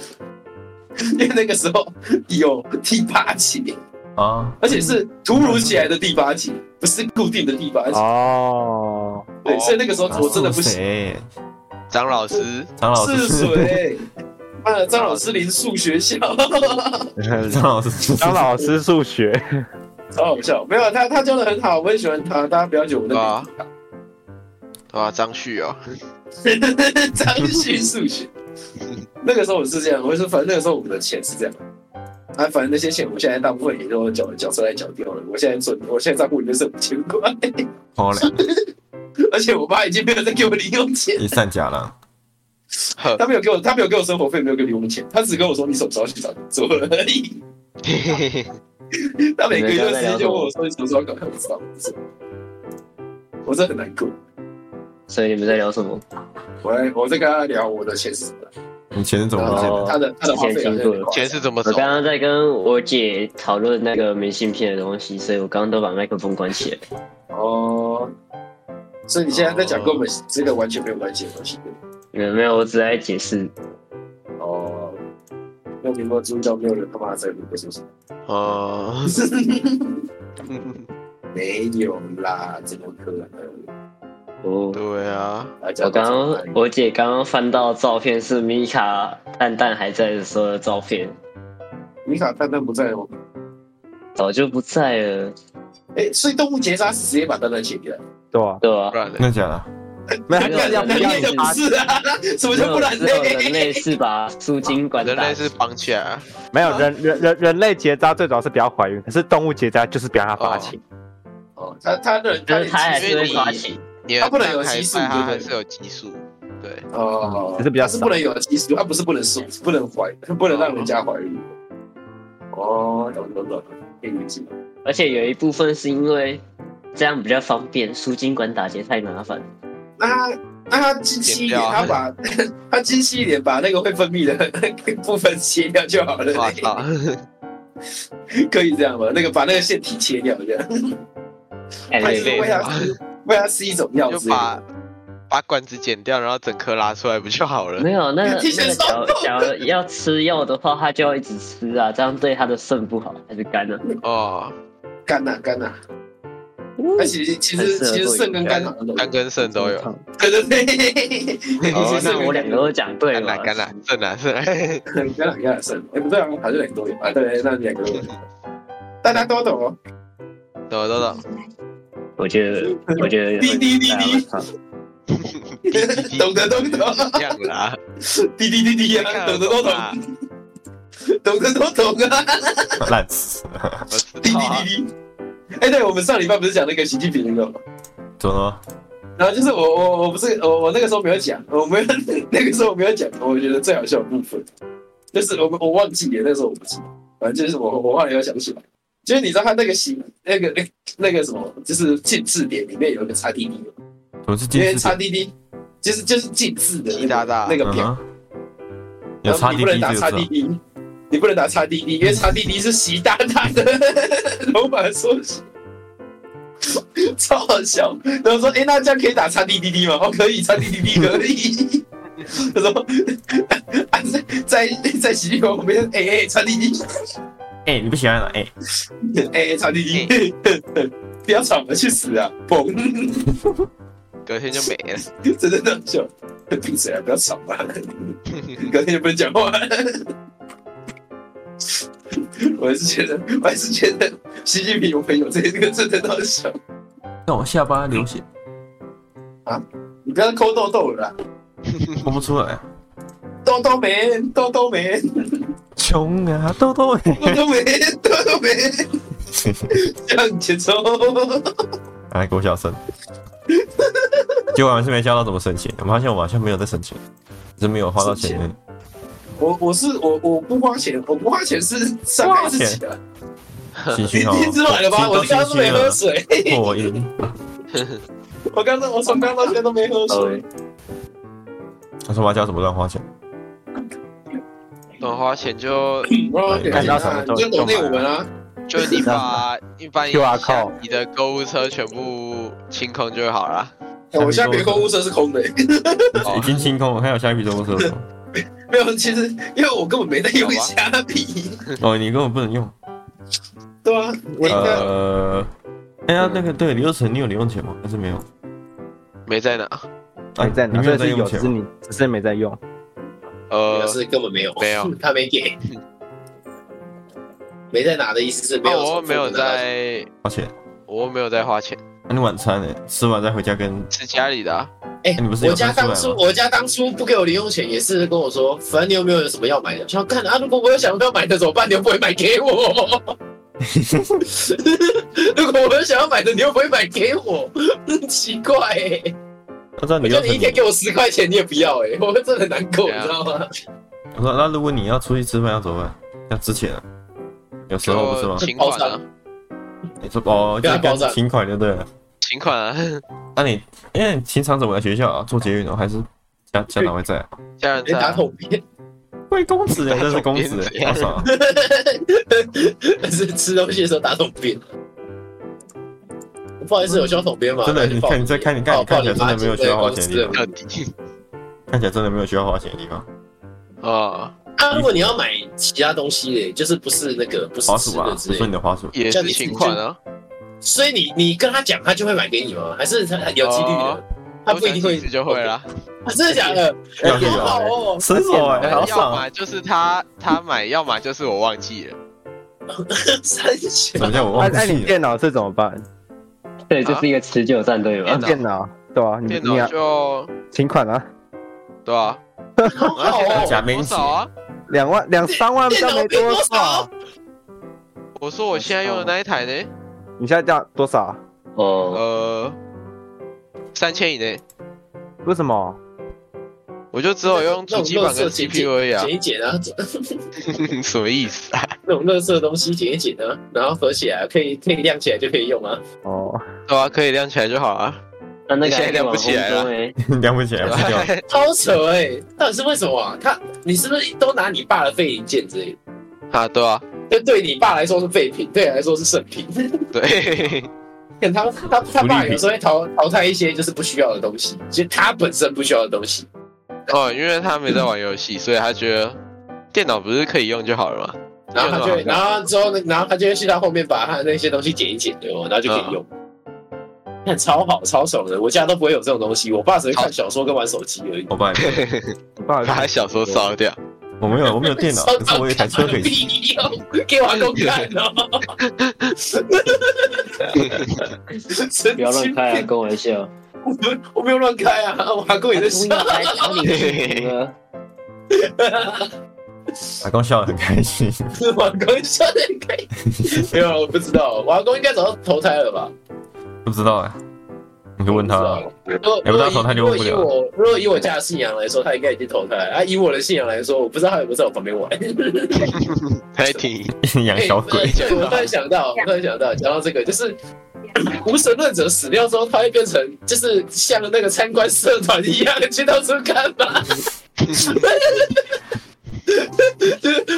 Speaker 1: 因为那个时候有第八节，
Speaker 2: 啊，
Speaker 1: 而且是突如其来的第八节，不是固定的第八节，
Speaker 4: 哦，
Speaker 1: 对，所以那个时候我真的不
Speaker 2: 啊是
Speaker 1: 行。
Speaker 2: 谁？
Speaker 5: 张 老师，
Speaker 2: 张老
Speaker 1: 是
Speaker 2: 师，
Speaker 1: 谁？妈的，张老师林数学校，
Speaker 2: 张老师，
Speaker 4: 当老师数学，
Speaker 1: 超好笑。没有他，他教的很好，我也喜欢他。大家不要觉得我那
Speaker 5: 啊
Speaker 1: 个
Speaker 5: 对吧？张旭哦，
Speaker 1: 张旭数学。那个时候我是这样，我是反正那个时候我们的钱是这样，啊，反正那些钱我现在大部分也都缴缴出来缴掉了，我现在存，我现在账户里面剩五千块，
Speaker 2: 好嘞，
Speaker 1: 而且我爸已经没有再给我零用钱，
Speaker 2: 你上假了，
Speaker 5: 呵，
Speaker 1: 他没有给我，他没有给我生活费，没有给我零用钱，他只跟我说你什么时候去找工作而已，
Speaker 5: 嘿嘿嘿，
Speaker 1: 他每个月直接就问我说你什么时候搞去找工作，我真的很难过。
Speaker 3: 所以你们在聊什么？
Speaker 1: 我来，我在跟他聊我的钱是什么，
Speaker 2: 你钱是怎么
Speaker 1: 然
Speaker 2: 不见的？
Speaker 1: 后他的他的花费好像有点夸张
Speaker 5: 钱是怎么
Speaker 3: 我
Speaker 5: 走？
Speaker 3: 刚刚在跟我姐讨论那个明信片的东西，所以我刚刚都把麦克风关起来。
Speaker 1: 哦，所以你现在在讲跟我们这个完全没有关系的东西。对吧
Speaker 3: 没有没有，我只是在解释。
Speaker 1: 哦，那苹果猪叫没有人他妈在乎这是什么？
Speaker 5: 哦，
Speaker 1: 没有啦，怎么可能？
Speaker 3: 哦，
Speaker 5: 对啊，
Speaker 1: 啊
Speaker 3: 我刚刚我姐刚刚翻到照片是米卡蛋蛋还在的时候的照片，
Speaker 1: 米卡蛋蛋不在哦。
Speaker 3: 早就不在了，
Speaker 1: 哎，所以动物结扎是直接把蛋蛋切掉。
Speaker 4: 对吧？
Speaker 3: 对
Speaker 5: 不
Speaker 3: 吧、
Speaker 5: 然呢？
Speaker 2: 那假的？
Speaker 4: 没
Speaker 3: 有
Speaker 1: 那
Speaker 3: 人类
Speaker 1: 的不是啊？什么
Speaker 3: 只
Speaker 1: 叫不
Speaker 3: 有
Speaker 1: 然
Speaker 3: 只有人
Speaker 1: 嘞？
Speaker 3: 类是把 输精管
Speaker 5: 人
Speaker 3: 打
Speaker 5: 类是绑起来啊，
Speaker 4: 没有人人人人类结扎最主要是不要怀孕，可是动物结扎就是不要它发情。
Speaker 1: 哦，他他的
Speaker 3: 但是他
Speaker 1: 他
Speaker 3: 还
Speaker 1: 也
Speaker 3: 是会发情。
Speaker 5: 你的
Speaker 1: 它不能有
Speaker 5: 蛋还
Speaker 1: 激素
Speaker 5: 在
Speaker 1: 对
Speaker 5: 它还
Speaker 1: 不对
Speaker 5: 是有激素，对，
Speaker 1: 哦，
Speaker 4: 只是比较
Speaker 1: 它是
Speaker 4: 少
Speaker 1: 不能有激素，他不是不能受，不能怀，不能让人家怀孕。哦，懂懂懂，可以理解。
Speaker 3: 而且有一部分是因为这样比较方便，输精管打结太麻烦。
Speaker 1: 那他那他近期一点，
Speaker 5: 剪掉
Speaker 1: 他把他近期一点把那个会分泌的部分切掉就好了
Speaker 5: 我，操，
Speaker 1: 可以这样吗？那个把那个腺体切掉，这样。
Speaker 3: 哎、
Speaker 1: 他
Speaker 5: 太
Speaker 1: 就
Speaker 3: 对
Speaker 1: 是
Speaker 5: 累
Speaker 1: 喂
Speaker 5: 了
Speaker 1: 他吃喂他吃一种药
Speaker 5: 就
Speaker 1: 之类的。
Speaker 5: 把把管子剪掉，然后整颗拉出来不 就好了？
Speaker 3: 没有，那个
Speaker 1: 提前
Speaker 3: 那个
Speaker 1: 烧
Speaker 3: 假如假如要吃药的话，他就要一直吃啊，这样对他的肾不好，还是肝呢？
Speaker 5: 哦，
Speaker 1: 肝呐肝呐，那其实其实
Speaker 3: 很适合
Speaker 1: 其实
Speaker 3: 做
Speaker 1: 肾跟
Speaker 3: 瑜伽
Speaker 1: 肝好像都
Speaker 5: 肝跟肾都有，
Speaker 1: 对对对， 其
Speaker 5: 哦
Speaker 1: 实
Speaker 3: 那
Speaker 1: 肾
Speaker 3: 我
Speaker 1: 跟
Speaker 3: 两个都讲对
Speaker 5: 肝
Speaker 3: 了
Speaker 5: 啦，肝啦，肾啦，肾啦，
Speaker 1: 肝肝哪肝肾，哎不对啊，好像两个都有啊，对，那两个都有，大家都懂哦。
Speaker 5: 懂懂懂，
Speaker 3: 我觉得，我觉得
Speaker 1: 滴滴滴滴
Speaker 3: 大家会唱
Speaker 1: 懂得都懂
Speaker 5: 是这样啦，
Speaker 1: 滴滴滴滴啊，懂得都懂，懂得都懂啊。
Speaker 2: 烂死！
Speaker 5: 我知
Speaker 1: 滴
Speaker 5: 道啊，
Speaker 1: 滴滴滴， 哎，对，我们上礼拜不是讲那个习近平的吗？
Speaker 2: 怎么了吗？
Speaker 1: 然后就是我我我不是我我那个时候没有讲，我没有那个时候我没有讲，我觉得最好笑的部分就是我我忘记了，那时候我不记得，反正就是我我后来又想起来，就是你知道他那个行那个那那个什么，就是禁字典里面有一个叉 D D，
Speaker 2: 怎么是
Speaker 1: 因
Speaker 2: 近
Speaker 1: 为
Speaker 2: 视
Speaker 1: 叉？D D 就是就是禁字的
Speaker 5: 习
Speaker 1: 那
Speaker 5: 大
Speaker 1: 个
Speaker 5: 大
Speaker 1: 那个
Speaker 2: 嗯
Speaker 1: 表，
Speaker 2: 哼，有
Speaker 1: 然后
Speaker 2: 差
Speaker 1: 你
Speaker 2: D
Speaker 1: 不
Speaker 2: D
Speaker 1: 能打
Speaker 2: 这
Speaker 1: 叉
Speaker 2: 个字
Speaker 1: D
Speaker 2: 啊，
Speaker 1: D，你不能打叉 D D，因为叉 D D 是习大大的 罗马缩写。超好笑，然后说：“哎、那这样可以打叉 D D D 吗？”哦，可以，叉 D D D 可以。 他说：“啊、在在在洗浴馆旁边，哎、哎，叉 D D，
Speaker 2: 哎，你不喜欢了，哎，
Speaker 1: 哎、哎，叉 D D，不 要吵了，去死啊！嘣，
Speaker 5: 隔天就没了。
Speaker 1: 真的很好笑，闭嘴啊，不要吵啊！隔天就不能讲话。我还是觉得，我还是觉得习近平有朋友这个真的好笑。
Speaker 2: 让我下巴流血，
Speaker 1: 你不要抠痘痘了啦，
Speaker 2: 摸不出来，
Speaker 1: 痘痘没，痘痘没，
Speaker 2: 穷啊，痘痘，
Speaker 1: 痘痘没，痘痘没，向前冲。
Speaker 2: 哎，给我小声。结果我们是没教到怎么省钱，我发现我好像没有在省钱，真没有花到钱
Speaker 1: 省。我我是我我不花钱，我不花钱是伤害自己的。
Speaker 2: 心
Speaker 1: 你
Speaker 2: 虚哦，
Speaker 1: 听出来了吧？我
Speaker 2: 都
Speaker 1: 刚
Speaker 2: 心
Speaker 1: 刚都
Speaker 2: 虚
Speaker 1: 没喝
Speaker 2: 了，
Speaker 1: 水，
Speaker 2: 破我音。
Speaker 1: 我刚刚我从刚到现在都没喝水。
Speaker 2: 他说我要教怎么乱花钱，
Speaker 5: 乱花钱就
Speaker 1: 哦，
Speaker 2: 对
Speaker 1: 你啊你就懂内我们啊。
Speaker 5: 就你把一般
Speaker 4: QR code
Speaker 5: 你的购物车全部清空就好了。
Speaker 1: 哎我下面购物车是空的、
Speaker 5: 哦
Speaker 2: 已经清空了，还有下一笔怎么说？
Speaker 1: 没有，其实因为我根本没在
Speaker 5: 啊
Speaker 1: 用虾皮，
Speaker 2: 哦，你根本不能用。
Speaker 1: 对啊，我应该
Speaker 2: 呃，哎呀，那个对李又成，你有零用钱吗？还是没有？
Speaker 5: 没在哪？
Speaker 2: 啊
Speaker 1: 哎
Speaker 4: 没在
Speaker 2: 你
Speaker 4: 拿，
Speaker 2: 没有
Speaker 4: 所
Speaker 2: 在
Speaker 4: 以是
Speaker 2: 用
Speaker 4: 有，只
Speaker 2: 钱
Speaker 4: 是
Speaker 2: 吗？
Speaker 4: 你只是没在用。
Speaker 5: 呃，
Speaker 1: 是根本没有，
Speaker 5: 没有，
Speaker 1: 他没给，没在拿的意思是没
Speaker 5: 那
Speaker 1: 有，
Speaker 5: 哦我又没有，在，
Speaker 2: 花钱？
Speaker 5: 我又没有在花钱，
Speaker 2: 那你晚餐呢？吃完再回家跟
Speaker 5: 是家里的啊。
Speaker 1: 哎、
Speaker 2: 你不是有
Speaker 1: 我家
Speaker 2: 看出
Speaker 1: 当
Speaker 2: 来
Speaker 1: 初
Speaker 2: 吗
Speaker 1: 我家当初不给我零用钱，也是跟我说，反正你有没有有什么要买的？我想干啊，如果我有想要买的怎么办？你又不会买给我。 如果我有想要买的，你又不会买给我，奇怪、欸。
Speaker 2: 那这样
Speaker 1: 我
Speaker 2: 李
Speaker 1: 叫
Speaker 2: 又
Speaker 1: 你一天
Speaker 2: 成，
Speaker 1: 给我十块钱，你也不要哎、我真的很难过，
Speaker 5: 对啊
Speaker 1: 你知道吗？
Speaker 2: 我说那如果你要出去吃饭要怎么办？要之前啊有时候不是吗
Speaker 5: 就？请款啊，
Speaker 2: 你说哦，就是
Speaker 1: 跟他
Speaker 2: 跟
Speaker 1: 保障
Speaker 2: 请款就对了。
Speaker 5: 请款啊，
Speaker 2: 那你因为你平常怎么来学校啊？坐捷运哦，还是家家长会在啊？
Speaker 5: 家人
Speaker 1: 连
Speaker 5: 在
Speaker 1: 打
Speaker 5: 啊。
Speaker 1: 桶边，
Speaker 2: 贵公子 哎，
Speaker 5: 打
Speaker 2: 这是
Speaker 5: 肿
Speaker 2: 公
Speaker 5: 边
Speaker 2: 子
Speaker 5: 这
Speaker 2: 哎，
Speaker 5: 样
Speaker 2: 好爽啊！
Speaker 1: 但 是吃东西的时候打桶边。不好意思，有需要桶边吗？
Speaker 2: 真的，
Speaker 1: 那
Speaker 2: 你
Speaker 1: 就报
Speaker 2: 看你再看，你看你看起来真的没有需要花钱的地方，
Speaker 5: 彻底
Speaker 2: 看起来真的没有需要花钱的地方。
Speaker 5: 哦，
Speaker 1: 啊，如果你要买其他东西嘞，就是不是那个不是
Speaker 2: 花
Speaker 1: 吃
Speaker 2: 束啊，
Speaker 1: 的
Speaker 2: 不
Speaker 1: 之类
Speaker 2: 是
Speaker 1: 的
Speaker 2: 你，的花束，
Speaker 5: 也是请款啊，
Speaker 1: 所以你你跟他讲，他就会买给你吗？还是他有几率的
Speaker 5: 哦？
Speaker 1: 他不一定会
Speaker 5: 我想几次就会啦。
Speaker 2: 哦
Speaker 1: 啊，真的假的？
Speaker 2: 要去
Speaker 1: 好好
Speaker 2: 啊，
Speaker 1: 哦，
Speaker 2: 伸手哎，好
Speaker 5: 要
Speaker 2: 爽啊
Speaker 5: 么！就是他他买，要么就是我忘记了。
Speaker 1: 三千
Speaker 2: 什么叫我
Speaker 1: 啊
Speaker 4: 那
Speaker 2: 忘
Speaker 4: 那你
Speaker 2: 记了？
Speaker 4: 电脑是怎么办？
Speaker 3: 对，就是一个持久战，对吧
Speaker 5: 电？脑
Speaker 4: 电脑对啊，你
Speaker 5: 电
Speaker 4: 你
Speaker 5: 脑
Speaker 4: 要
Speaker 5: 就
Speaker 4: 请款啊，
Speaker 5: 对啊，
Speaker 1: 好好哦，
Speaker 2: 假面
Speaker 5: 多
Speaker 2: 骑
Speaker 5: 少啊？
Speaker 4: 两万两三 万
Speaker 1: 电
Speaker 4: 不知
Speaker 1: 脑
Speaker 4: 道没
Speaker 1: 变多
Speaker 4: 少
Speaker 1: 少？
Speaker 5: 我说我现在用的那一台呢？
Speaker 4: 你现在掉多少啊？
Speaker 3: 哦，
Speaker 5: 呃，三千以内，
Speaker 4: 为什么？
Speaker 5: 我就只有用主机板跟 CPU 而已啊
Speaker 1: 剪，一剪啊，
Speaker 5: 什么意思啊？
Speaker 1: 那种垃圾的东西剪一剪啊，然后合起来可以可以亮起来就可以用啊。
Speaker 4: 哦，
Speaker 5: 对啊，可以亮起来就好啊。
Speaker 3: 那那个
Speaker 5: 现在
Speaker 3: 还可以
Speaker 5: 聊不
Speaker 3: 往
Speaker 5: 起
Speaker 3: 红
Speaker 5: 来了
Speaker 3: 中哎，
Speaker 2: 量不起来，不掉。
Speaker 1: 超扯哎、到底是为什么啊？他你是不是都拿你爸的废零件之类的？
Speaker 5: 啊，对啊，
Speaker 1: 就对你爸来说是废品，对你来说是圣品。
Speaker 5: 对，
Speaker 1: 看他他他爸有时候会淘淘汰一些就是不需要的东西，其实他本身不需要的东西。
Speaker 5: 哦，因为他没在玩游戏，所以他觉得电脑不是可以用就好了吗？
Speaker 1: 然后他就会，
Speaker 5: 啊
Speaker 1: 然后之后呢，然后他就会去到后面把他那些东西剪一剪，对哦，然后就可以用。看超好超爽的，我家都不会有这种东西，我爸只会看小说跟玩手机而已。
Speaker 2: 我爸也没有，
Speaker 4: 不好意思
Speaker 5: 他，还小时候烧掉，
Speaker 2: 我没有，我没有电脑，
Speaker 1: 烧
Speaker 2: 可是我有一台车可以骑。
Speaker 1: 屁用给我阿公看哦。神
Speaker 3: 不要乱
Speaker 1: 经
Speaker 3: 开啊，
Speaker 1: 病！
Speaker 3: 跟我玩笑。
Speaker 1: 我没我没有 乱开啊，我阿公也在笑。
Speaker 3: 打你
Speaker 5: 嘿嘿嘿
Speaker 3: 了，
Speaker 2: 阿公啊笑得很开心。
Speaker 1: 是瓦工笑的开心，没有啊，我不知道，瓦工应该早就投胎了吧？
Speaker 2: 不知道哎、你可以问他啊。
Speaker 1: 如果
Speaker 2: 也不知道投胎就问不了
Speaker 1: 如果以我如果以我家的信仰来说，他应该已经投胎了啊。以我的信仰来说，我不知道他有没有在我旁边玩。
Speaker 5: 还挺
Speaker 2: 养小鬼
Speaker 1: 哎。对我突然想到，我突然想到，讲到这个，就是无神论者死掉之后，他会变成就是像那个参观社团一样去到处看 吧。我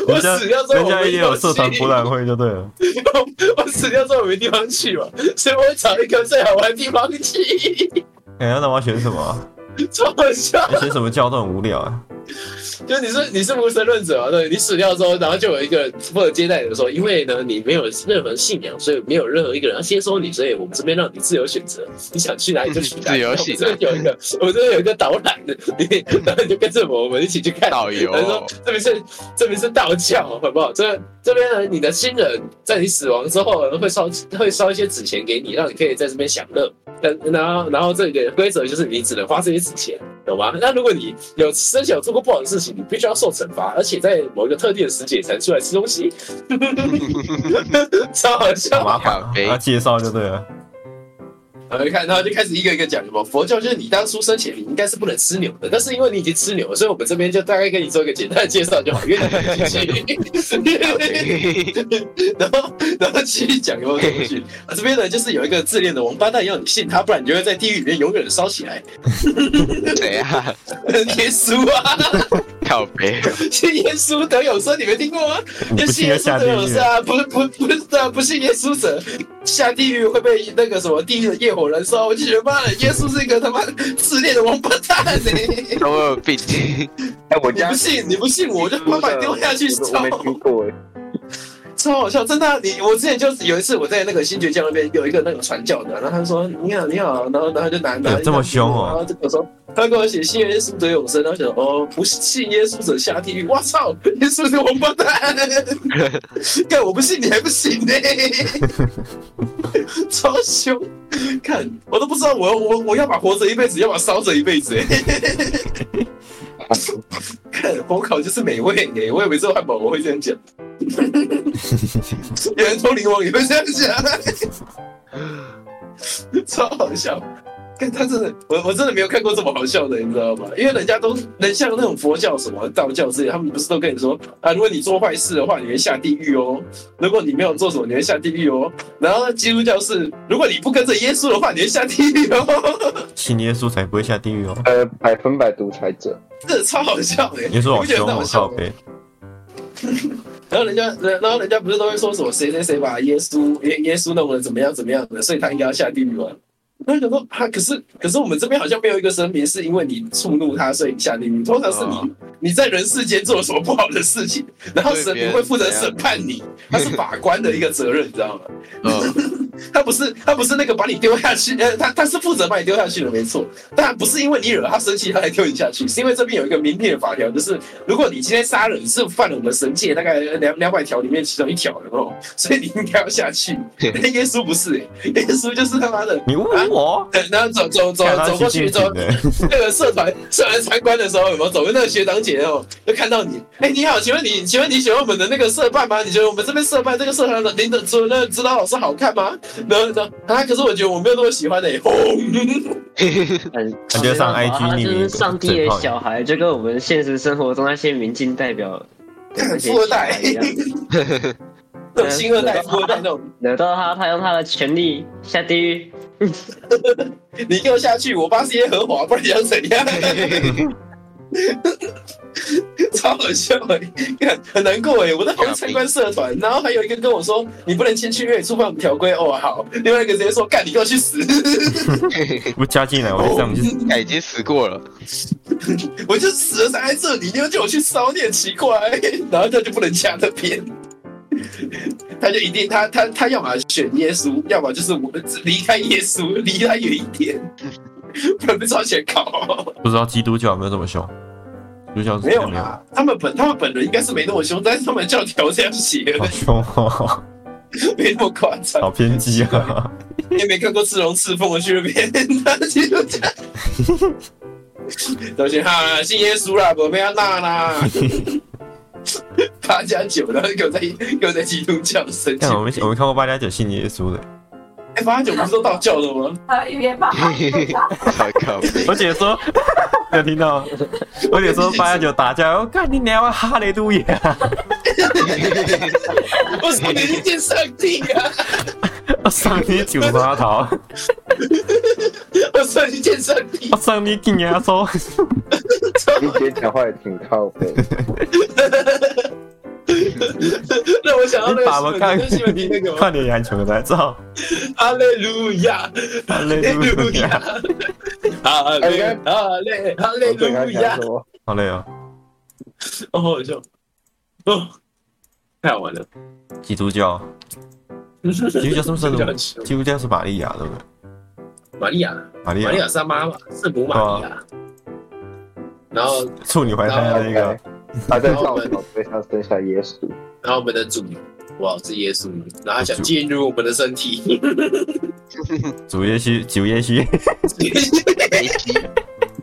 Speaker 2: 人家
Speaker 1: 死掉之后，
Speaker 2: 人
Speaker 1: 我
Speaker 2: 家
Speaker 1: 没
Speaker 2: 也
Speaker 1: 地
Speaker 2: 有
Speaker 1: 方
Speaker 2: 社团
Speaker 1: 去
Speaker 2: 博览会就对了。
Speaker 1: 我死掉之后没地方去嘛，所以我会找一个最好玩的地方去。
Speaker 2: 哎、那我要选什么啊？
Speaker 1: 超好笑！
Speaker 2: 要选什么教都很无聊啊。
Speaker 1: 就你是你是无神论者嘛？对，你死掉之后，然后就有一个人负责接待你的说，因为呢你没有任何信仰，所以没有任何一个人要接收你，所以我们这边让你自由选择，你想去哪里就去哪里。
Speaker 5: 自由
Speaker 1: 我
Speaker 5: 行
Speaker 1: 们这 边有一个，我们这边有一个导览的，你然后你就跟着我，我们一起去看。
Speaker 5: 导游
Speaker 1: 他说这边是这边是道教，好不好？这这边呢，你的亲人在你死亡之后呢会烧会烧一些纸钱给你，让你可以在这边享乐。但然后然后这里的规则就是你只能花这些纸钱，懂吗？那如果你有生前有做过不好的事情，你必须要受惩罚，而且在某一个特定的时节才出来吃东西， 超好
Speaker 2: 好
Speaker 1: 笑。
Speaker 2: 麻烦啊
Speaker 5: 咖，啡
Speaker 2: 要介绍就对了。
Speaker 1: 然后就看，然后就开始一个一个讲什么佛教，就是你当初生前你应该是不能吃牛的，但是因为你已经吃牛了，所以我们这边就大概跟你做一个简单的介绍就好，因为你已经吃 然后然后继续讲有没有东西？啊，这边呢就是有一个自恋的王八蛋，要你信他，不然你就会在地狱里面永远的烧起来。
Speaker 5: 谁呀？
Speaker 1: 耶稣啊，
Speaker 5: 靠背，
Speaker 1: 信耶稣得永生，你没听过吗？
Speaker 2: 你不
Speaker 1: 信
Speaker 2: 信
Speaker 1: 耶
Speaker 2: 要
Speaker 1: 稣
Speaker 2: 下
Speaker 1: 得
Speaker 2: 地
Speaker 1: 永
Speaker 2: 狱
Speaker 1: 生。 啊，不是不是不是啊，不信耶稣者下地狱会被那个什么地狱的业火燃烧。我就觉得妈的，耶稣是一个他妈自恋的王八蛋呢、
Speaker 5: 都有病。
Speaker 4: 哎，我
Speaker 1: 你
Speaker 4: 家
Speaker 1: 不信你不信我，我就他妈把你丢下去
Speaker 4: 我都我没
Speaker 1: 烧。
Speaker 4: 听过 哎，
Speaker 1: 超好笑，真的啊、你我之前就是有一次我在那个新觉江那边有一个那个传教的，然后他说你好你好，然后然后他就拿拿
Speaker 2: 有这么凶哦
Speaker 1: 然啊后这个说他跟我写信耶稣者永生，然后想哦不是信耶稣者下地狱，我操，耶稣是王八蛋，看我不信你还不信呢、 超凶，看我都不知道我我我要把活着一辈子，要把烧着一辈子、欸，啊看火烤就是美味、欸，我以为做汉堡我会这样讲。有人偷灵王也会这样讲，啊 超好笑。看他真的，我我真的没有看过这么好笑的，你知道吗？因为人家都能像那种佛教什么道教之类，他们不是都跟你说啊，如果你做坏事的话，你会下地狱哦；如果你没有做什么，你会下地狱哦。然后基督教是，如果你不跟着耶稣的话，你会下地狱哦。
Speaker 2: 信耶稣才不会下地狱哦。
Speaker 7: 呃，百分百独裁者，
Speaker 1: 这超好笑的，
Speaker 2: 耶稣
Speaker 1: 你
Speaker 2: 好
Speaker 1: 不觉得
Speaker 2: 凶
Speaker 1: 很好
Speaker 2: 哦，
Speaker 1: 笑
Speaker 2: 靠
Speaker 1: 吗？
Speaker 2: 背。
Speaker 1: 然后人家，然然后人家不是都会说什么谁谁谁把耶稣耶耶稣弄得怎么样怎么样的，所以他应该要下地狱吗？然后想说啊，可是可是我们这边好像没有一个神明是因为你触怒他所以你下地狱，通常是你、
Speaker 5: 哦
Speaker 1: 你在人世间做了什么不好的事情，然后神明会负责审判你，他是法官的一个责任，你知道吗？
Speaker 5: 嗯，
Speaker 1: 他不是他不是那个把你丢下去，呃，他他是负责把你丢下去的，没错。但不是因为你惹他生气，他才丢你下去，是因为这边有一个明定的法条，就是如果你今天杀人是犯了我们神界大概呃两两百条里面其中一条的哦， 所以你应该要下去。但 耶稣不是、欸，耶稣就是他妈的，
Speaker 2: 你侮辱我，
Speaker 1: 呃然后走走 走
Speaker 2: 看他
Speaker 1: 走过
Speaker 2: 心
Speaker 1: 去
Speaker 2: 情
Speaker 1: 之后
Speaker 2: 挺，的。
Speaker 1: 那个社团社团参观的时候，有没有走过那个学长姐哦，就看到你，哎、你好，请问你，请问你喜欢我们的那个社办吗？你觉得我们这边社办这个社团的领导主任指导老师好看吗？然后，然后啊，可是我觉得我没有那么喜欢的、欸，轰，
Speaker 3: 很
Speaker 2: 他就上 IG
Speaker 3: 他就
Speaker 2: 匿名
Speaker 3: 是上帝的
Speaker 2: 整号
Speaker 3: 小孩，就跟我们现实生活中那些民进代表的那些
Speaker 1: 富二代
Speaker 3: 小孩一样，
Speaker 1: 那种星二代、富二代那种，
Speaker 3: 惹到他，他用他的权力下地狱。
Speaker 1: 你给我下去，我爸是耶和华，不然你想怎样？超好笑哎、看很难过哎、我在旁边参观社团，然后还有一个跟我说你不能进去，因为你触犯我们条规。哦，好，另外一个直接说干，你给我去死！
Speaker 2: 不加进来，我就上去。
Speaker 5: 哎已经死过了，
Speaker 1: 我就死了才在这里，你又叫我去烧，你很奇怪。然后他就不能加那边，他就一定他他他要么选耶稣，要么就是我们离开耶稣，离他远一点，不然被抓起来搞。
Speaker 2: 不知道基督教有没有这么凶？基督教是
Speaker 1: 没有啊
Speaker 2: 没有，
Speaker 1: 啦，他们本他们本人应该是没那么凶，但是他们教条这样写，
Speaker 2: 好凶哦，
Speaker 1: 没那么夸张。
Speaker 2: 好偏激啊！
Speaker 1: 你也没看过赤龙赤凤的去那边，他基督教。都行哈，信耶稣啦，不被他纳啦。八加九，然后又在又在基督教生气
Speaker 2: 但。我们 我们看过八加九信耶稣的，
Speaker 1: 哎，八加九不是都道教的吗？
Speaker 6: 呃，语言吧，
Speaker 5: 太靠北
Speaker 2: 我姐说， 有听到？我姐说 八加九打架，我看你娘妈哈雷路亚，
Speaker 1: 我说你是见上帝啊！
Speaker 2: 我上你九杀头，
Speaker 1: 我说你见上帝
Speaker 2: 我，上你金牙手，
Speaker 7: 你姐讲话也挺靠背，
Speaker 1: 让我想到
Speaker 2: 你
Speaker 1: 那
Speaker 2: 把我看
Speaker 1: 个新闻，你那个吗
Speaker 2: 看你篮球的， 操！
Speaker 1: 哈利路亚，
Speaker 2: 哈利路亚，
Speaker 1: 哈利哈利哈利
Speaker 7: 我对他
Speaker 1: 路亚
Speaker 7: 讲，说，
Speaker 2: 好累哦。
Speaker 1: 哦，好笑，哦，太好玩了，
Speaker 2: 基督教， 基督教是不是
Speaker 1: 基督教
Speaker 2: 圣
Speaker 1: 很凶
Speaker 2: 母？基督教是玛利亚，对不对？
Speaker 1: 玛利亚，
Speaker 2: 玛利
Speaker 1: 玛利
Speaker 2: 亚，哦
Speaker 1: 亚是他妈妈，圣母玛利亚，然后
Speaker 2: 处女怀胎的那个，
Speaker 7: 他在造 谣对象生下耶稣，
Speaker 1: 然后我们的主，哇，是耶稣，然后他想进入我们的身体，
Speaker 2: 主耶稣，主耶稣，
Speaker 5: 梅西，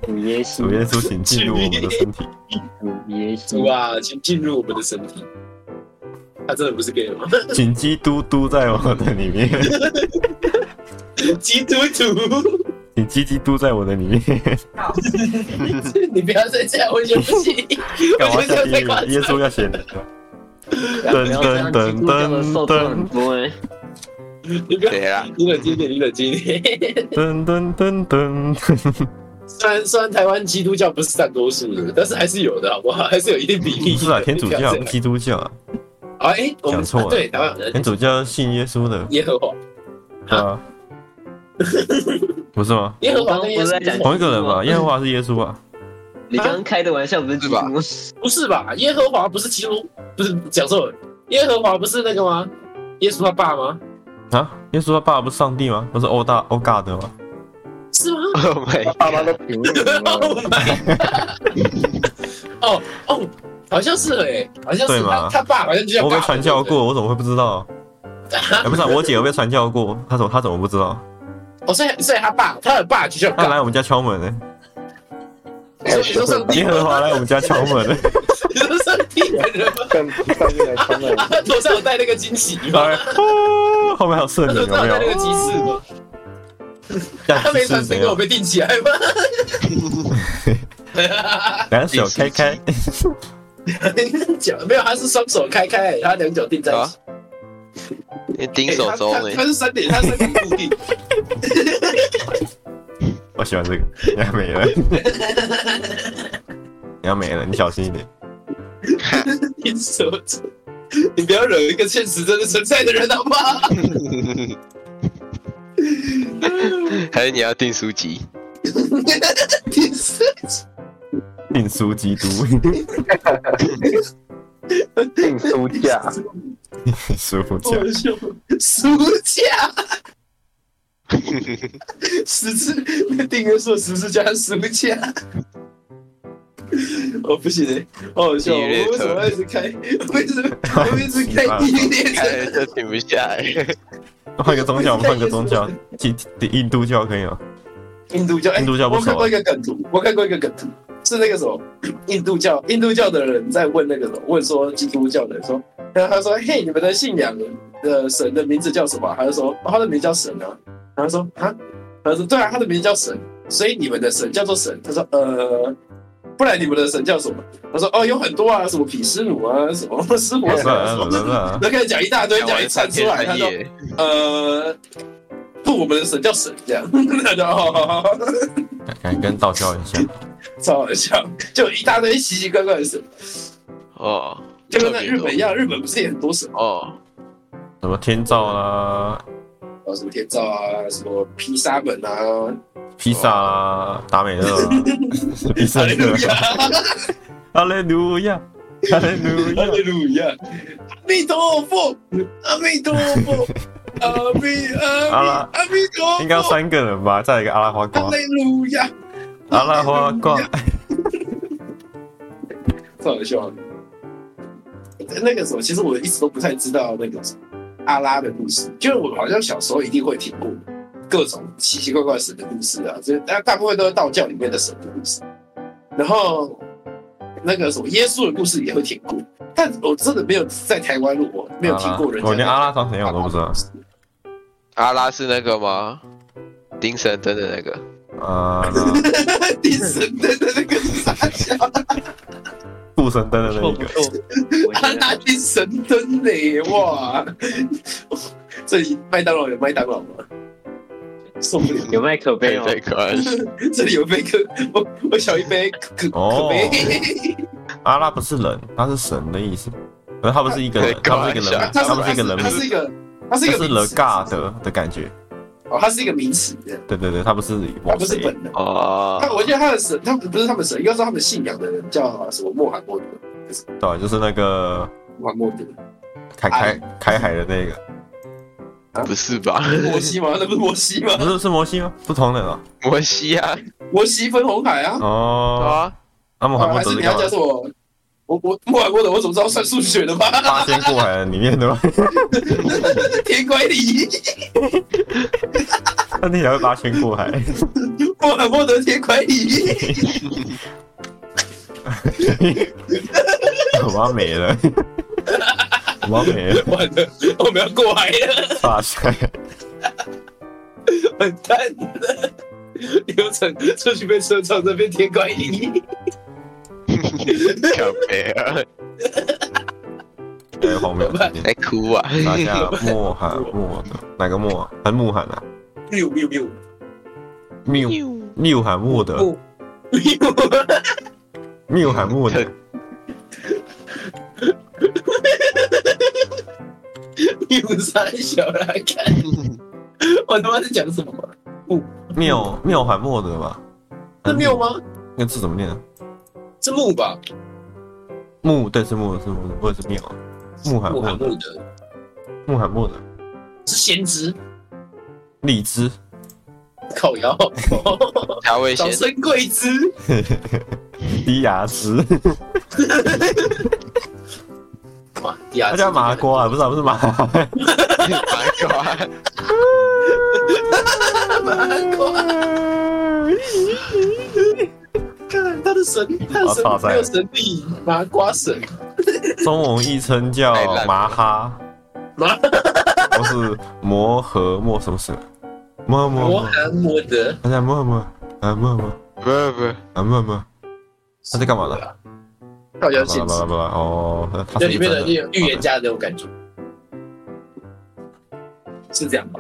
Speaker 3: 主耶稣
Speaker 2: 主，耶稣，请进入我们的身体。
Speaker 3: 主耶
Speaker 1: 主
Speaker 3: 稣，
Speaker 1: 啊，请进入我们的身体。他真的不是 gay 吗？
Speaker 2: 请基督督在我的里面，
Speaker 1: 基督徒，
Speaker 2: 请基基督在我的里面。
Speaker 1: 你不要再这样，我觉得不行，我
Speaker 2: 干嘛
Speaker 1: 觉
Speaker 2: 下
Speaker 1: 得
Speaker 2: 地
Speaker 1: 太夸
Speaker 2: 狱？耶
Speaker 1: 张
Speaker 2: 稣
Speaker 1: 了。
Speaker 2: 要写你。
Speaker 3: 不要这样
Speaker 2: 噔噔
Speaker 3: 基督教的受众很多哎，
Speaker 1: 你不要，
Speaker 5: 谁啦？
Speaker 1: 你冷静一点，你冷静一点。
Speaker 2: 噔噔噔噔，
Speaker 1: 虽然虽然台湾基督教不是占多数的，但是还是有的，好不好？还是有一定比例
Speaker 2: 不
Speaker 1: 的。
Speaker 2: 是啊，天主
Speaker 1: 你不要
Speaker 2: 教
Speaker 1: 这
Speaker 2: 不
Speaker 1: 样
Speaker 2: 基督教啊，
Speaker 1: 啊，哎，我们
Speaker 2: 讲错了
Speaker 1: 对台湾呃人
Speaker 2: 天主教信耶稣的，
Speaker 1: 耶和华，
Speaker 2: 对啊，不是 吗？
Speaker 1: 耶和华跟
Speaker 3: 我
Speaker 1: 耶
Speaker 3: 们在
Speaker 1: 稣
Speaker 3: 讲
Speaker 2: 同一个人吧？耶和华是耶稣啊，
Speaker 3: 你刚刚开的玩笑不是基督吗？
Speaker 1: 不是吧？耶和华不是基督，不是讲错了，耶和华不是那个吗？耶稣他爸吗？
Speaker 2: 啊，耶稣他爸不是上帝吗？不是欧大欧嘎德吗？
Speaker 1: 是 吗？
Speaker 5: Oh my
Speaker 7: 他
Speaker 5: god！
Speaker 7: 爸妈都评论
Speaker 1: Oh
Speaker 7: 了，
Speaker 1: my god！哦哦，好像是哎、好像
Speaker 2: 对
Speaker 1: 是
Speaker 2: 嘛
Speaker 1: 他他爸好像就叫
Speaker 2: 我被
Speaker 1: 爸
Speaker 2: 传教过，我怎么会不 知道？哎，不是啊，我姐有被传教过，她怎么她怎么不知道？
Speaker 1: 哦，所以所以他爸他的爸就叫
Speaker 2: 她来
Speaker 1: 爸，
Speaker 2: 我们家敲门呢，
Speaker 1: 你说你说上帝
Speaker 2: 耶
Speaker 1: 吗，
Speaker 2: 和华来我们家敲门欸 呢，
Speaker 1: 你说上帝的人吗？
Speaker 7: 上上面来他们
Speaker 1: 啊，他头上有戴那个金旗吗？
Speaker 2: 哎后面还有圣
Speaker 1: 他
Speaker 2: 灵
Speaker 1: 头
Speaker 2: 有
Speaker 1: 上
Speaker 2: 没
Speaker 1: 有戴那个
Speaker 2: 有？
Speaker 1: 鸡翅 吗？他
Speaker 2: 但
Speaker 1: 没穿
Speaker 2: 是是
Speaker 1: 成
Speaker 2: 怎
Speaker 1: 功，我
Speaker 2: 样？
Speaker 1: 被定起来吗？
Speaker 2: 两手开开，
Speaker 1: 脚没有，他是双手开开，他两脚定在
Speaker 2: 啊
Speaker 1: 一起。
Speaker 5: 你丁
Speaker 1: 哎
Speaker 5: 守
Speaker 1: 他
Speaker 5: 中
Speaker 1: 他他
Speaker 5: 哎，
Speaker 1: 是三点，他三点固定。
Speaker 2: 我喜欢这个，你要 没了，你要没了，你小心一点。
Speaker 1: 你手指，你不要惹一个现实真的存在的人好吗？
Speaker 5: 还是你要订书籍？
Speaker 1: 你是
Speaker 2: 定书基督，
Speaker 7: 订书架，
Speaker 2: 舒服
Speaker 1: 好
Speaker 2: 讲，
Speaker 1: 笑，暑假。十字订阅数十字加暑假，我、不行、欸，好好笑！我们为什么要一直开？我们一直我们一直开第一列
Speaker 5: 哎，这停不下来。
Speaker 1: 哦
Speaker 2: 换个宗教，我们换个宗教，印印度教可以吗？
Speaker 1: 印度教，哎
Speaker 2: 印度教不啊
Speaker 1: 我
Speaker 2: 熟
Speaker 1: 看过一个梗图，我看过一个梗图，是那个什么印度教，印度教的人在问那个什么，问说基督教的人说，然后他说，嘿，你们的信仰的神的名字叫什么啊？他就说，哦他的名字叫神啊。然后说，啊，他说，对啊，他的名字叫神，所以你们的神叫做神。他说，呃。不然你们的神叫什么？他说哦，有很多啊，什么毗湿奴啊，什么湿
Speaker 2: 哎
Speaker 1: 婆神啊，什么
Speaker 2: 算了算了，
Speaker 1: 都开始讲一大堆，
Speaker 2: 哎
Speaker 5: 讲
Speaker 1: 讲一
Speaker 5: 完
Speaker 1: 串
Speaker 5: 三
Speaker 1: 出
Speaker 5: 天
Speaker 1: 来。他
Speaker 5: 三
Speaker 1: 说
Speaker 5: 夜，
Speaker 1: 呃，不，我们的神叫神这样， 他就哦，
Speaker 2: 感觉跟道教很像。
Speaker 1: 超好笑，就一大堆奇奇怪怪的神，
Speaker 5: 哦，
Speaker 1: 就跟那日本一样，日本不是也很多神吗？
Speaker 5: 哦，
Speaker 2: 什么天照啦、
Speaker 1: 然后什么天照啊，什么披萨门啊，
Speaker 2: 披萨啦、达美乐 啦、必
Speaker 1: 哈
Speaker 2: 胜
Speaker 1: 利路
Speaker 2: 客、
Speaker 1: 亚，
Speaker 2: 哈利路亚、哈利路
Speaker 1: 哈利
Speaker 2: 亚，
Speaker 1: 路亚，阿弥陀佛，阿弥陀佛，阿弥
Speaker 2: 好
Speaker 1: 阿弥
Speaker 2: 了
Speaker 1: 阿弥陀
Speaker 2: 应该要
Speaker 1: 佛，
Speaker 2: 三个人吧？再来一个阿拉
Speaker 1: 哈
Speaker 2: 花瓜，
Speaker 1: 利路亚，
Speaker 2: 阿拉花瓜，
Speaker 1: 超好笑的。那个时候，其实我一直都不太知道那个什么阿拉的故事，就是我好像小时候一定会听过各种奇奇怪怪神的故事啊，就是大大部分都是道教里面的神的故事。然后那个什么耶稣的故事也会听过，但我真的没有在台湾路，我没有听过人家。
Speaker 2: 啊我连阿拉长怎样我都不知道。
Speaker 5: 阿拉是那个吗？丁神灯的那个，
Speaker 2: 呃，
Speaker 1: 第神灯的那个是啥笑？
Speaker 2: 顾神灯的那
Speaker 3: 错
Speaker 2: 一
Speaker 3: 不
Speaker 2: 个，
Speaker 3: 错？我
Speaker 1: 他
Speaker 3: 觉
Speaker 1: 那
Speaker 3: 得
Speaker 1: 第神灯呢？哇！ 这里麦当劳有麦当劳吗？受不了，
Speaker 3: 有麦可悲
Speaker 5: 对
Speaker 1: 哎
Speaker 3: 哦，
Speaker 5: 对，可爱。
Speaker 1: 这里有杯可，我我小一杯可可
Speaker 2: 哦
Speaker 1: 悲。
Speaker 2: 阿拉不是人，他是神的意思。可是啊他不是一个人，他不是一个人，
Speaker 1: 它
Speaker 2: 他不是一个人
Speaker 1: 它
Speaker 2: 名，
Speaker 1: 是一个，它是
Speaker 2: 啊他
Speaker 1: 一个
Speaker 2: 是
Speaker 1: 名
Speaker 2: 了
Speaker 1: 词
Speaker 2: 尬的的感觉。
Speaker 1: 哦，它是一个名词，
Speaker 2: 对对对，他不是
Speaker 1: 它
Speaker 2: 我
Speaker 1: 不是本人。
Speaker 5: 哦
Speaker 1: 他，我觉得他的神，他们不是他们神，应该说他们信仰的人叫什么穆罕默德，
Speaker 2: 对，就是那个
Speaker 1: 穆罕默德，
Speaker 2: 凯凯凯海的那个，
Speaker 5: 不是吧？
Speaker 1: 摩西吗？那不是摩西吗？
Speaker 2: 不是是摩西吗？不同人啊。
Speaker 5: 摩西啊，
Speaker 1: 摩西分红海啊，
Speaker 5: 对
Speaker 2: 哦，
Speaker 5: 啊，
Speaker 2: 阿姆罕默
Speaker 1: 还
Speaker 2: 德
Speaker 1: 是
Speaker 2: 是
Speaker 1: 你
Speaker 2: 干
Speaker 1: 要
Speaker 2: 嘛
Speaker 1: 叫？什么？我我穆罕默德，我怎么知道算数学的吗？
Speaker 2: 八仙过海里面的吗？
Speaker 1: 天乖离，
Speaker 2: 那你才会八仙过海。
Speaker 1: 穆罕默德天乖离，
Speaker 2: 我妈没了， 我妈没了，
Speaker 1: 完了，我们要过海了，
Speaker 2: 哇塞！
Speaker 1: 完蛋了。流程出去被车撞，这边天乖离，
Speaker 5: 可悲啊，
Speaker 2: 太哎荒 谬了！
Speaker 5: 在哭啊！
Speaker 2: 拿 下莫罕默德，哪个莫啊？还穆罕啊？
Speaker 1: 谬谬谬
Speaker 2: 缪缪罕默德，
Speaker 1: 不谬。
Speaker 2: 缪罕默德，
Speaker 1: 一五三小来看，我他妈在讲什么？
Speaker 2: 缪缪罕默德吧？
Speaker 1: 是谬？吗？
Speaker 2: 那个字怎么念啊？
Speaker 1: 是木吧？
Speaker 2: 穆对是穆是穆，不是缪啊。穆罕
Speaker 1: 穆
Speaker 2: 默
Speaker 1: 罕
Speaker 2: 德，
Speaker 1: 默德
Speaker 2: 穆罕默德，
Speaker 1: 是先知，
Speaker 2: 荔枝，
Speaker 1: 烤窑，
Speaker 5: 他会
Speaker 1: 早
Speaker 5: 先
Speaker 1: 生贵子，
Speaker 2: 低牙齿，
Speaker 1: 哇，第二
Speaker 2: 他叫麻瓜啊，不是啊不是麻，
Speaker 5: 麻瓜，
Speaker 1: 看他的神，他的
Speaker 2: 我操
Speaker 1: 神
Speaker 2: 在
Speaker 1: 没有神力，麻瓜神，
Speaker 2: 中文译称叫
Speaker 5: 太烂了
Speaker 2: 麻哈，
Speaker 1: 麻
Speaker 2: 或是摩诃莫什么什么，摩
Speaker 1: 摩
Speaker 2: 摩，
Speaker 1: 罕默德，
Speaker 2: 他叫摩摩啊摩摩
Speaker 5: 不是不是，
Speaker 2: 啊摩摩，他在干嘛呢？
Speaker 1: 的？靠
Speaker 2: 巴
Speaker 1: 妖先
Speaker 2: 拉
Speaker 1: 知
Speaker 2: 巴拉，巴拉，哦，他他
Speaker 1: 就是里
Speaker 2: 一
Speaker 1: 面的那
Speaker 2: 个真
Speaker 1: 种预言家的那种感觉，是这样吧？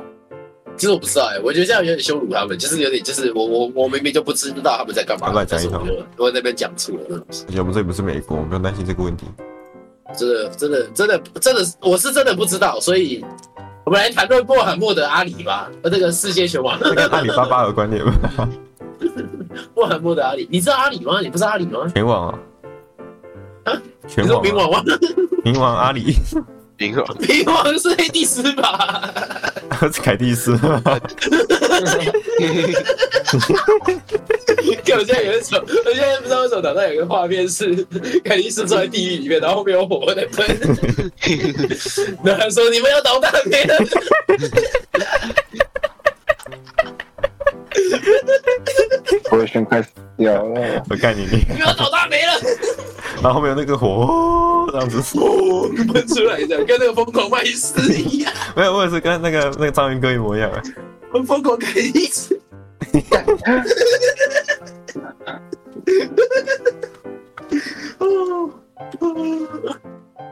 Speaker 1: 其实我不知道哎、我觉得这样有点羞辱他们，就是有点就是我我我明明就不知道他们在干嘛
Speaker 2: 要不要，讲
Speaker 1: 但
Speaker 2: 一
Speaker 1: 是
Speaker 2: 通
Speaker 1: 我就我在那边讲出了那种事，
Speaker 2: 而且我们这里不是美国，我们不用担心这个问题。
Speaker 1: 真的真的真的真的我是真的不知道，所以我们来谈论穆罕默德阿里吧，呃，那个世界拳王
Speaker 2: 这跟阿里巴巴有关联吗？
Speaker 1: 穆罕默德阿里，你知道阿里吗？你不是阿里吗？
Speaker 2: 全网啊，
Speaker 1: 你
Speaker 2: 全
Speaker 1: 说
Speaker 2: 网
Speaker 1: 冥
Speaker 2: 啊，
Speaker 1: 王吗？
Speaker 2: 冥王阿里，
Speaker 5: 苹果
Speaker 1: 冥王是黑帝斯吧？
Speaker 2: 是凯蒂斯，
Speaker 1: 看我现在有一种，我现在不知道为什么脑袋有个画面是凯蒂斯坐在地狱里面，然后后面有火在喷，然后他说你们要捣蛋没人。
Speaker 7: 我全快死掉了。
Speaker 2: 我干你你，
Speaker 1: 你们要捣蛋没了，
Speaker 2: 然后后面有那个火哦这样子，
Speaker 1: 喷出来的，跟那个疯狂麦斯一样，
Speaker 2: 没有，我也是跟那个那个张云哥一模一样啊。
Speaker 1: 疯狂凯蒂 斯。哦，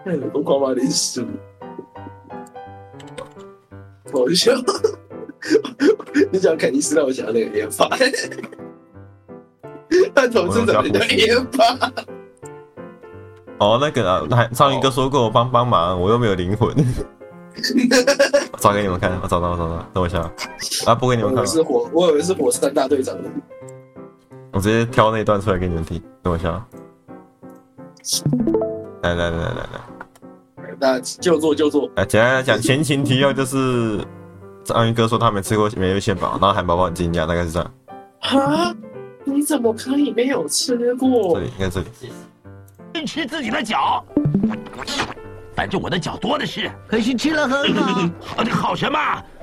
Speaker 1: 哎疯狂马铃薯，好笑。你讲凯蒂斯，让我想到那个研发，他投资者的研发，
Speaker 2: 哦，那个啊，那张云哥说过帮帮忙，我又没有灵魂。我找给你们看，我找到我找到，等我一下啊啊，播给你
Speaker 1: 我
Speaker 2: 们
Speaker 1: 以
Speaker 2: 看
Speaker 1: 为
Speaker 2: 吧，
Speaker 1: 是火，我以为是火山大队长的。
Speaker 2: 我直接挑那一段出来给你们听，等我一下啊。来来来来来。
Speaker 1: 那就坐就坐，
Speaker 2: 啊，简单来讲，前情提要就是章鱼哥说他没吃过美味蟹堡，然后海宝宝很惊讶，大概是这样。
Speaker 1: 啊！你怎么可以没有吃
Speaker 2: 这
Speaker 1: 过
Speaker 2: 里？应该这里，
Speaker 8: 净吃自己的脚。反正我的脚多的是，可是吃了很好。啊，你好什么？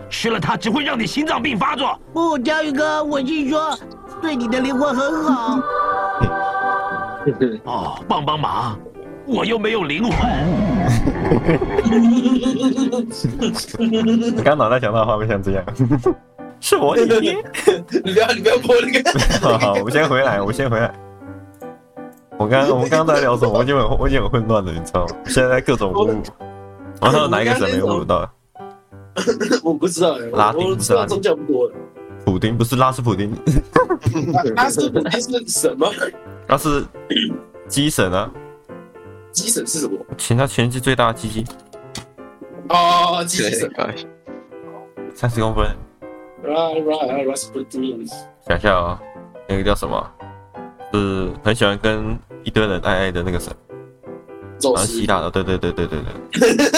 Speaker 8: 吃了它只会让你心脏病发作。不，佳宇哥，我是说， 对你的灵魂很好。哦，帮帮忙，我又没有灵魂。
Speaker 2: 我刚脑袋想到的画面像这样， 是我你爹。
Speaker 1: 你不要你不要播那个，
Speaker 2: 好好，我们先回 来，我们先回来。我刚我们刚刚在聊什么？我已经很我已经很混乱了，你知道吗？现在在各种误，然后哪一个神没误到？
Speaker 1: 我不知道哎，
Speaker 2: 拉
Speaker 1: 我我
Speaker 2: 丁不
Speaker 1: 知
Speaker 2: 是拉
Speaker 1: 道
Speaker 2: 丁
Speaker 1: 宗教不多，
Speaker 2: 普丁不是拉斯普丁，
Speaker 1: 他他是他是什么？
Speaker 2: 他是鸡神啊，
Speaker 1: 鸡神是什么？
Speaker 2: 前他前期最大的鸡鸡，
Speaker 1: 哦，鸡
Speaker 5: 对
Speaker 1: 神，
Speaker 5: 哎
Speaker 2: 三十公分。
Speaker 1: ，right right right，
Speaker 2: 想一下啊、那个叫什么？是很喜欢跟一堆人爱爱的那个神，
Speaker 1: 宙
Speaker 2: 好像
Speaker 1: 斯
Speaker 2: 希。腊的，对对对对对对。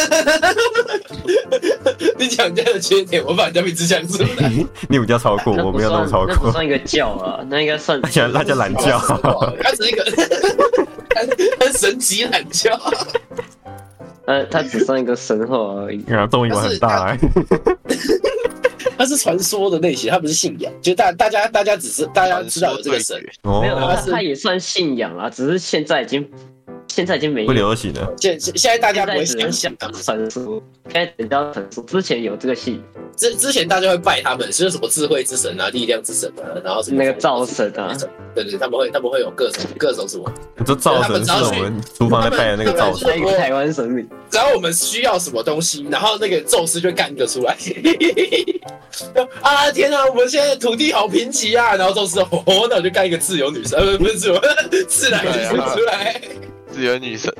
Speaker 1: 你讲人家的缺点，我把人家名字讲出来。
Speaker 2: 你比较超过，
Speaker 1: 哎
Speaker 3: 那
Speaker 2: 我
Speaker 3: 不
Speaker 2: 没有那么
Speaker 3: 算，
Speaker 2: 超
Speaker 3: 那不
Speaker 2: 过。哎
Speaker 3: 算一个教啊，那应该算
Speaker 2: 他喜欢他叫懒觉，
Speaker 1: 他只是一个， 他他神级懒觉，
Speaker 3: 呃，它只算一个神话而已。
Speaker 2: 然后动力玩很大、欸，
Speaker 1: 他是传说的类型，他不是信仰。就大大家大家只是大家知道有这个神
Speaker 5: 传，说
Speaker 3: 没有，
Speaker 2: 哦，
Speaker 3: 它它也算信仰啊，只是现在已经现在已经没
Speaker 2: 不
Speaker 3: 有，
Speaker 2: 流行的。
Speaker 1: 现现现在大家
Speaker 3: 现
Speaker 1: 不
Speaker 3: 在
Speaker 1: 会
Speaker 3: 只
Speaker 1: 相
Speaker 3: 能
Speaker 1: 信啊
Speaker 3: 像
Speaker 1: 他们。
Speaker 3: 神书，啊现在只叫神书。之前有这个戏，
Speaker 1: 之之前大家会拜他们，就是什么智慧之神啊、力量之神啊，然后什么
Speaker 3: 那个灶神啊，
Speaker 1: 对对，他们会他们会有各种各种什么，
Speaker 2: 你这灶神是我们厨房在拜的那个灶神，
Speaker 3: 那
Speaker 1: 啊
Speaker 3: 一个台湾神明，
Speaker 1: 只要我们需要什么东西，然后那个宙斯就干一个出来。 啊天啊，我们现在土地好贫瘠啊！然后宙斯哦，那我就干一个自由女神，呃，不是自由， 自然女神出来。
Speaker 5: 自由女神，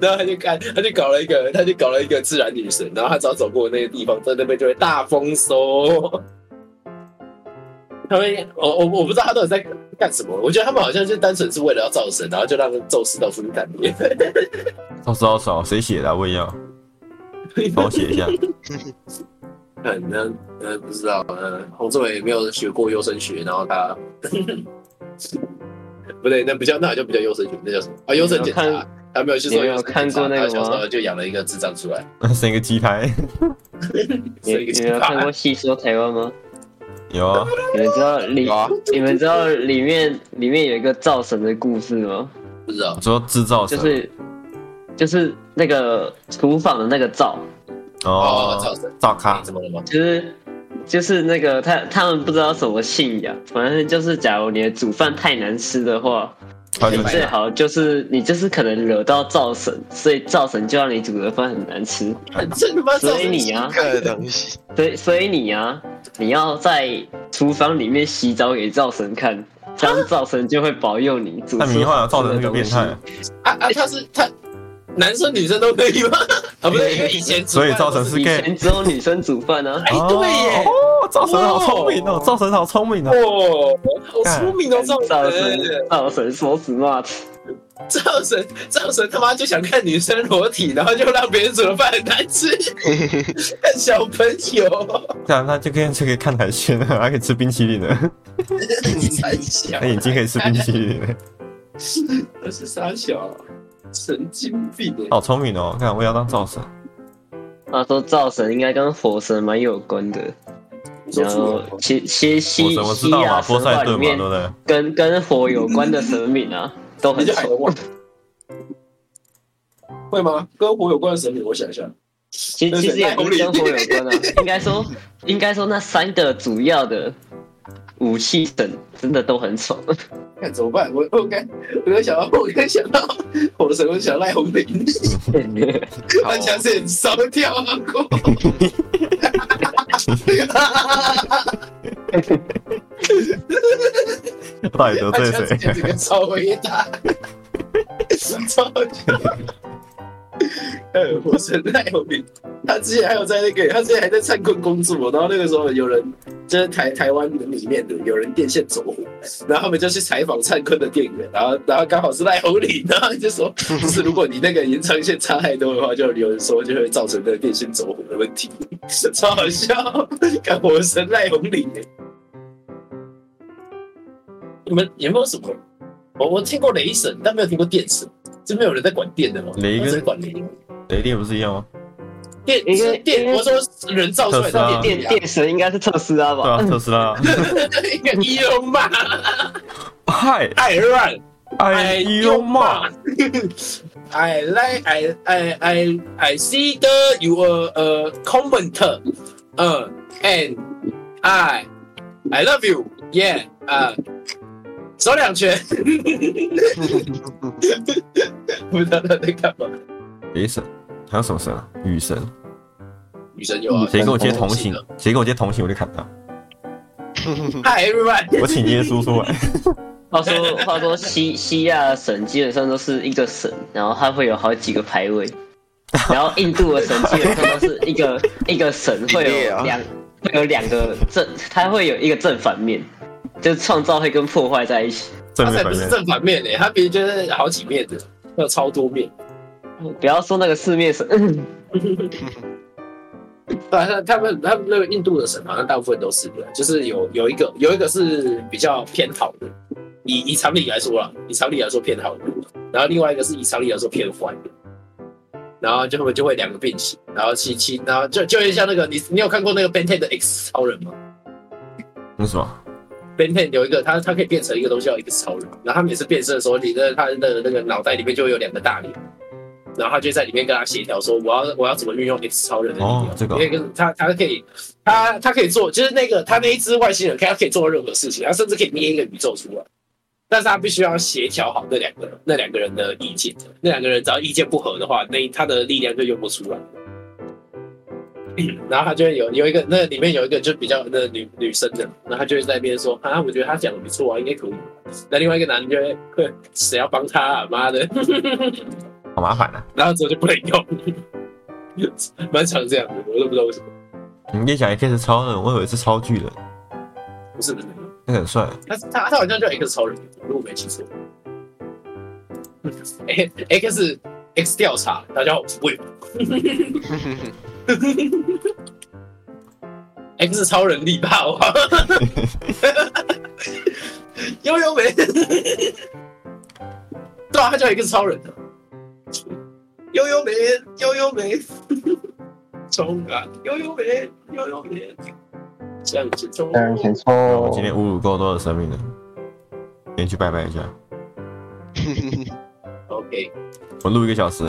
Speaker 1: 然后他就干，他就搞了一个，他就搞了一个自然女神，然后他只要走过那个地方，在那边就会大丰收。他们，我我我不知道他到底在干什么，我觉得他们好像就单纯是为了要造神，然后就让宙斯到处去干别。
Speaker 2: 到时候少谁写的啊、我也要，帮我写一下。
Speaker 1: 可能呃不知道，呃，洪志伟没有学过优生学，然后他 不对，那比较那好像比较优生学，那叫什么啊？优生检
Speaker 3: 你有
Speaker 1: 查
Speaker 3: 看，
Speaker 1: 他没有去做
Speaker 3: 你有
Speaker 1: 优生检查
Speaker 3: 看过那
Speaker 1: 他
Speaker 3: 个
Speaker 1: 小时
Speaker 3: 吗
Speaker 1: 候就养了一个智障出来，
Speaker 2: 生一个鸡胎，
Speaker 3: 你
Speaker 1: 是一个
Speaker 3: 你们有看过《戏说台湾》吗？
Speaker 2: 有啊，
Speaker 3: 你们知道里
Speaker 5: 有啊，
Speaker 3: 你们知道里面里面有一个灶神的故事吗？
Speaker 1: 不知道
Speaker 2: 我说制造
Speaker 3: 就
Speaker 2: 神，
Speaker 3: 是就是那个厨房的那个灶，
Speaker 1: 哦，造
Speaker 2: 哦，
Speaker 1: 神
Speaker 2: 造咖
Speaker 1: 怎么了吗？
Speaker 3: 就是就是那个他他们不知道什么信仰，反正就是假如你的煮饭太难吃的话，
Speaker 2: 他就
Speaker 3: 你最
Speaker 2: 是
Speaker 3: 好就是你就是可能惹到灶神，所以灶神就让你煮的饭很难吃，
Speaker 1: 这他妈造
Speaker 3: 所
Speaker 1: 神
Speaker 3: 以你啊，
Speaker 5: 看的东西，
Speaker 3: 所以所以你啊，你要在厨房里面洗澡给灶神看。这样灶神就会保佑你煮出
Speaker 2: 他迷幻了，造成那
Speaker 3: 好吃的
Speaker 2: 个
Speaker 3: 东
Speaker 2: 变
Speaker 3: 西
Speaker 2: 态，
Speaker 1: 啊啊！他是他男生女生都可以吗？ 啊，不对，因为以前
Speaker 2: 所以造成
Speaker 1: 是，
Speaker 2: 是
Speaker 3: 以
Speaker 2: gay。
Speaker 3: 前只有女生煮饭 啊
Speaker 1: 哎对耶，
Speaker 2: 哦，造神好聪明哦，造神好聪明哦。
Speaker 1: 哦，好聪明哦，造
Speaker 3: 造
Speaker 1: 神
Speaker 3: 神。造神说死 smart，
Speaker 1: 赵神，赵神他妈就想看女生裸体，然后就让别人煮的饭很难 吃，看小朋友，
Speaker 2: 这样他啊就可以就可以看海鲜了，还可以吃冰淇淋 了，
Speaker 1: 傻小
Speaker 2: 他，眼 睛可以吃冰淇淋 了，
Speaker 1: 我是傻小，神经病耶
Speaker 2: 好聪明哦！看我也要当造神，
Speaker 3: 他啊说灶神应该跟火神蛮有关的，然后其其
Speaker 2: 我
Speaker 3: 西
Speaker 2: 神我知
Speaker 3: 西
Speaker 2: 道
Speaker 3: 亚
Speaker 2: 嘛，波
Speaker 3: 神
Speaker 2: 塞
Speaker 3: 话
Speaker 2: 顿
Speaker 3: 里
Speaker 2: 嘛，对
Speaker 3: 面
Speaker 2: 不对？
Speaker 3: 跟跟火有关的神明 啊，都
Speaker 1: 你
Speaker 3: 很
Speaker 1: 就海
Speaker 3: 熟。
Speaker 1: 王会吗？跟火有关的神明，我想一下，
Speaker 3: 其实其实也不是跟火有关啊，应该说应该说那三个主要的武器神真的都 很爽。
Speaker 1: 看怎么办？我我刚我刚想到，我刚想到火的神，我就想赖红林，
Speaker 2: 嗯 啊
Speaker 1: 他想是烧掉啊！
Speaker 2: 到底得
Speaker 1: 他这
Speaker 2: 罪 谁？啊
Speaker 1: 这个超伟大，超级。呃，火神太有名，他之前还有在那个，他之前还在灿坤工作，然后那个时候有人就是台台湾里面的有人电线走火，然后他们就去采访灿坤的店员，然后然后刚好是赖红林，然后就说， 就是如果你那个延长线差太多的话，就有人说就会造成那个电线走火的问题， 超好笑，看火神赖红林。你们有没有什么？我我听过雷神，但没有听过电神，就没有人在管电的吗？
Speaker 2: 雷跟
Speaker 1: 跟管雷，
Speaker 2: 雷电不是一样吗？哦
Speaker 1: 电
Speaker 3: 因为
Speaker 1: 是电，
Speaker 3: 因为
Speaker 1: 我说人造出来
Speaker 2: 特斯
Speaker 1: 的电
Speaker 2: 拉
Speaker 1: 啊
Speaker 3: 电
Speaker 1: 电
Speaker 3: 电神应该是特斯拉
Speaker 2: 对
Speaker 3: 吧？
Speaker 2: 啊，特斯拉。
Speaker 1: 一个伊隆马
Speaker 2: 嗨，
Speaker 1: 艾尔万，
Speaker 2: 哎呦妈！
Speaker 1: I like I I I I see the your uh comment. Uh and I I love you. Yeah. uh, 啊、手两拳。不知道他在干嘛。
Speaker 2: 雷神，还有什么神啊？雨神。
Speaker 1: 女神有啊。
Speaker 2: 谁给我接同行？谁给我接同行，我就砍他。
Speaker 1: Hi everyone.
Speaker 2: 我请耶稣出 来。
Speaker 3: 话说，话说西西亚神基本上都是一个神，然后它会有好几个排位，然后印度的神基本上都是一个 一个神会有两会有两个正，它会有一个正反面，就是创造会跟破坏在一起。
Speaker 2: 正
Speaker 1: 他
Speaker 2: 面
Speaker 1: 才
Speaker 2: 反
Speaker 1: 不是
Speaker 2: 面。
Speaker 1: 正反面嘞、他别人就是好几面的，他有超多面。
Speaker 3: 不要说那个四面神，
Speaker 1: 对啊，他他们他们那个印度的神好像大部分都是的，就是有有一个有一个是比较偏好的，以以常理来说啦，以常理来说偏好的，然后另外一个是以常理来说偏坏的，然后就会就会两个并起，然后七七，然后就就有点像那个你你有看过那个 Ben 10的 X 超人吗
Speaker 2: 那什么？
Speaker 1: ？Ben 10有一个他他可以变成一个东西叫 X 超人，然后他每次变身的时候，你的他的那个脑袋里面就会有两个大脸。然后他就在里面跟他协调说，我要我要怎么运用 X 超人的力量？
Speaker 2: 哦这个
Speaker 1: 因为跟他他可以他他可以做，就是那个他那一只外星人，他可以做任何事情，他甚至可以捏一个宇宙出来。但是他必须要协调好那两个那两个人的意见，那两个人只要意见不合的话，那他的力量就用不出来。然后他就会有有一个，那里面有一个就比较那女女生的，然后他就会在那边说啊，我觉得他讲的不错啊，应该可以。那另外一个男的就会，哼谁要帮他啊？妈的！
Speaker 2: 好麻烦啊！
Speaker 1: 然后之后就不能用， 蛮常这样的，我都不知道为什么。
Speaker 2: 你一讲 X 超人，我以为是超巨人，
Speaker 1: 不是不是，
Speaker 2: 那个很帅。
Speaker 1: 他他他好像叫 X 超人，如果没记错。哎 X X 调查，大家好，我是 Will X 超人力霸王，悠悠没？对啊，他叫 X 超人的，悠悠没，悠悠没，冲啊，悠悠没，悠悠没，向前冲！
Speaker 7: 向前
Speaker 2: 我
Speaker 7: 冲
Speaker 2: 们！今天侮辱够多的生命了，先去拜拜一下。
Speaker 1: OK，
Speaker 2: 我录一个小时，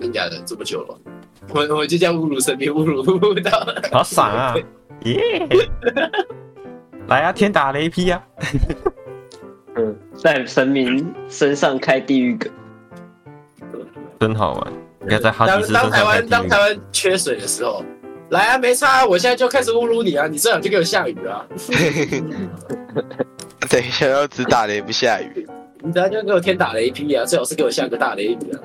Speaker 1: 真假的这么久了， 我我就这样侮辱神明，侮辱到
Speaker 2: 好 爽啊！耶！来啊，天打雷劈啊！
Speaker 3: 嗯，在神明身上开地狱梗，
Speaker 2: 真好玩。应该在哈
Speaker 1: 当
Speaker 2: 迪斯身
Speaker 1: 当
Speaker 2: 上
Speaker 1: 台
Speaker 2: 开
Speaker 1: 湾当
Speaker 2: 地狱
Speaker 1: 台。湾缺水的时候，来啊，没差啊，我现在就开始侮辱你啊，你最好就给我下雨啊，
Speaker 5: 等一下要只打雷不下雨，
Speaker 1: 你等下就给我天打雷劈啊，最好是给我下个大雷雨啊。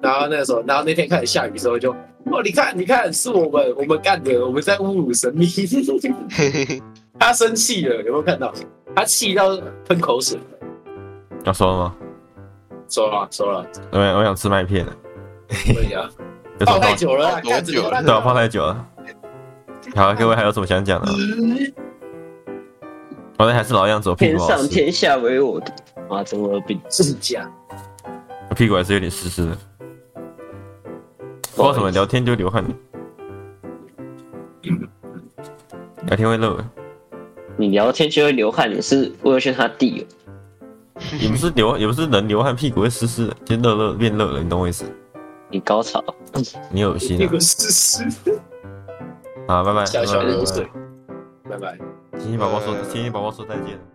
Speaker 1: 然后那个时候，然后那天开始下雨的时候就，哦，你看，你看，是我们我们干的，我们在侮辱神明。 他生气了，有没有看到？他气到喷口水，
Speaker 2: 要说了吗？
Speaker 1: 说了说啊 了，
Speaker 2: 我想我想吃麦片了，
Speaker 1: 对呀、
Speaker 2: 有什
Speaker 1: 放
Speaker 2: 么
Speaker 1: 太
Speaker 2: 话？
Speaker 1: 久了啊，
Speaker 5: 放多久了
Speaker 1: 干
Speaker 2: 对啊，放太久了。好，啊各位还有什么想讲的吗？
Speaker 1: 嗯
Speaker 2: 反正还是老样子，我屁
Speaker 3: 天
Speaker 2: 股好
Speaker 3: 上
Speaker 2: 湿，
Speaker 3: 天下唯我独，啊，中二病。
Speaker 1: 是假，
Speaker 2: 我屁股还是有点湿湿的。不知道怎么聊天就流汗了，聊天会热。
Speaker 3: 你聊天就会流汗，你是为了劝他弟哦。
Speaker 2: 也不是流，也不是人流汗，屁股会湿湿的，就热热变热了，你懂我意思？
Speaker 3: 你高潮，
Speaker 2: 你有心
Speaker 1: 屁
Speaker 2: 啊
Speaker 1: 股！湿湿，
Speaker 2: 好，拜拜，
Speaker 1: 小小
Speaker 2: 拜拜
Speaker 1: 流水，拜拜。
Speaker 2: 星星宝宝说，星星宝宝说再见。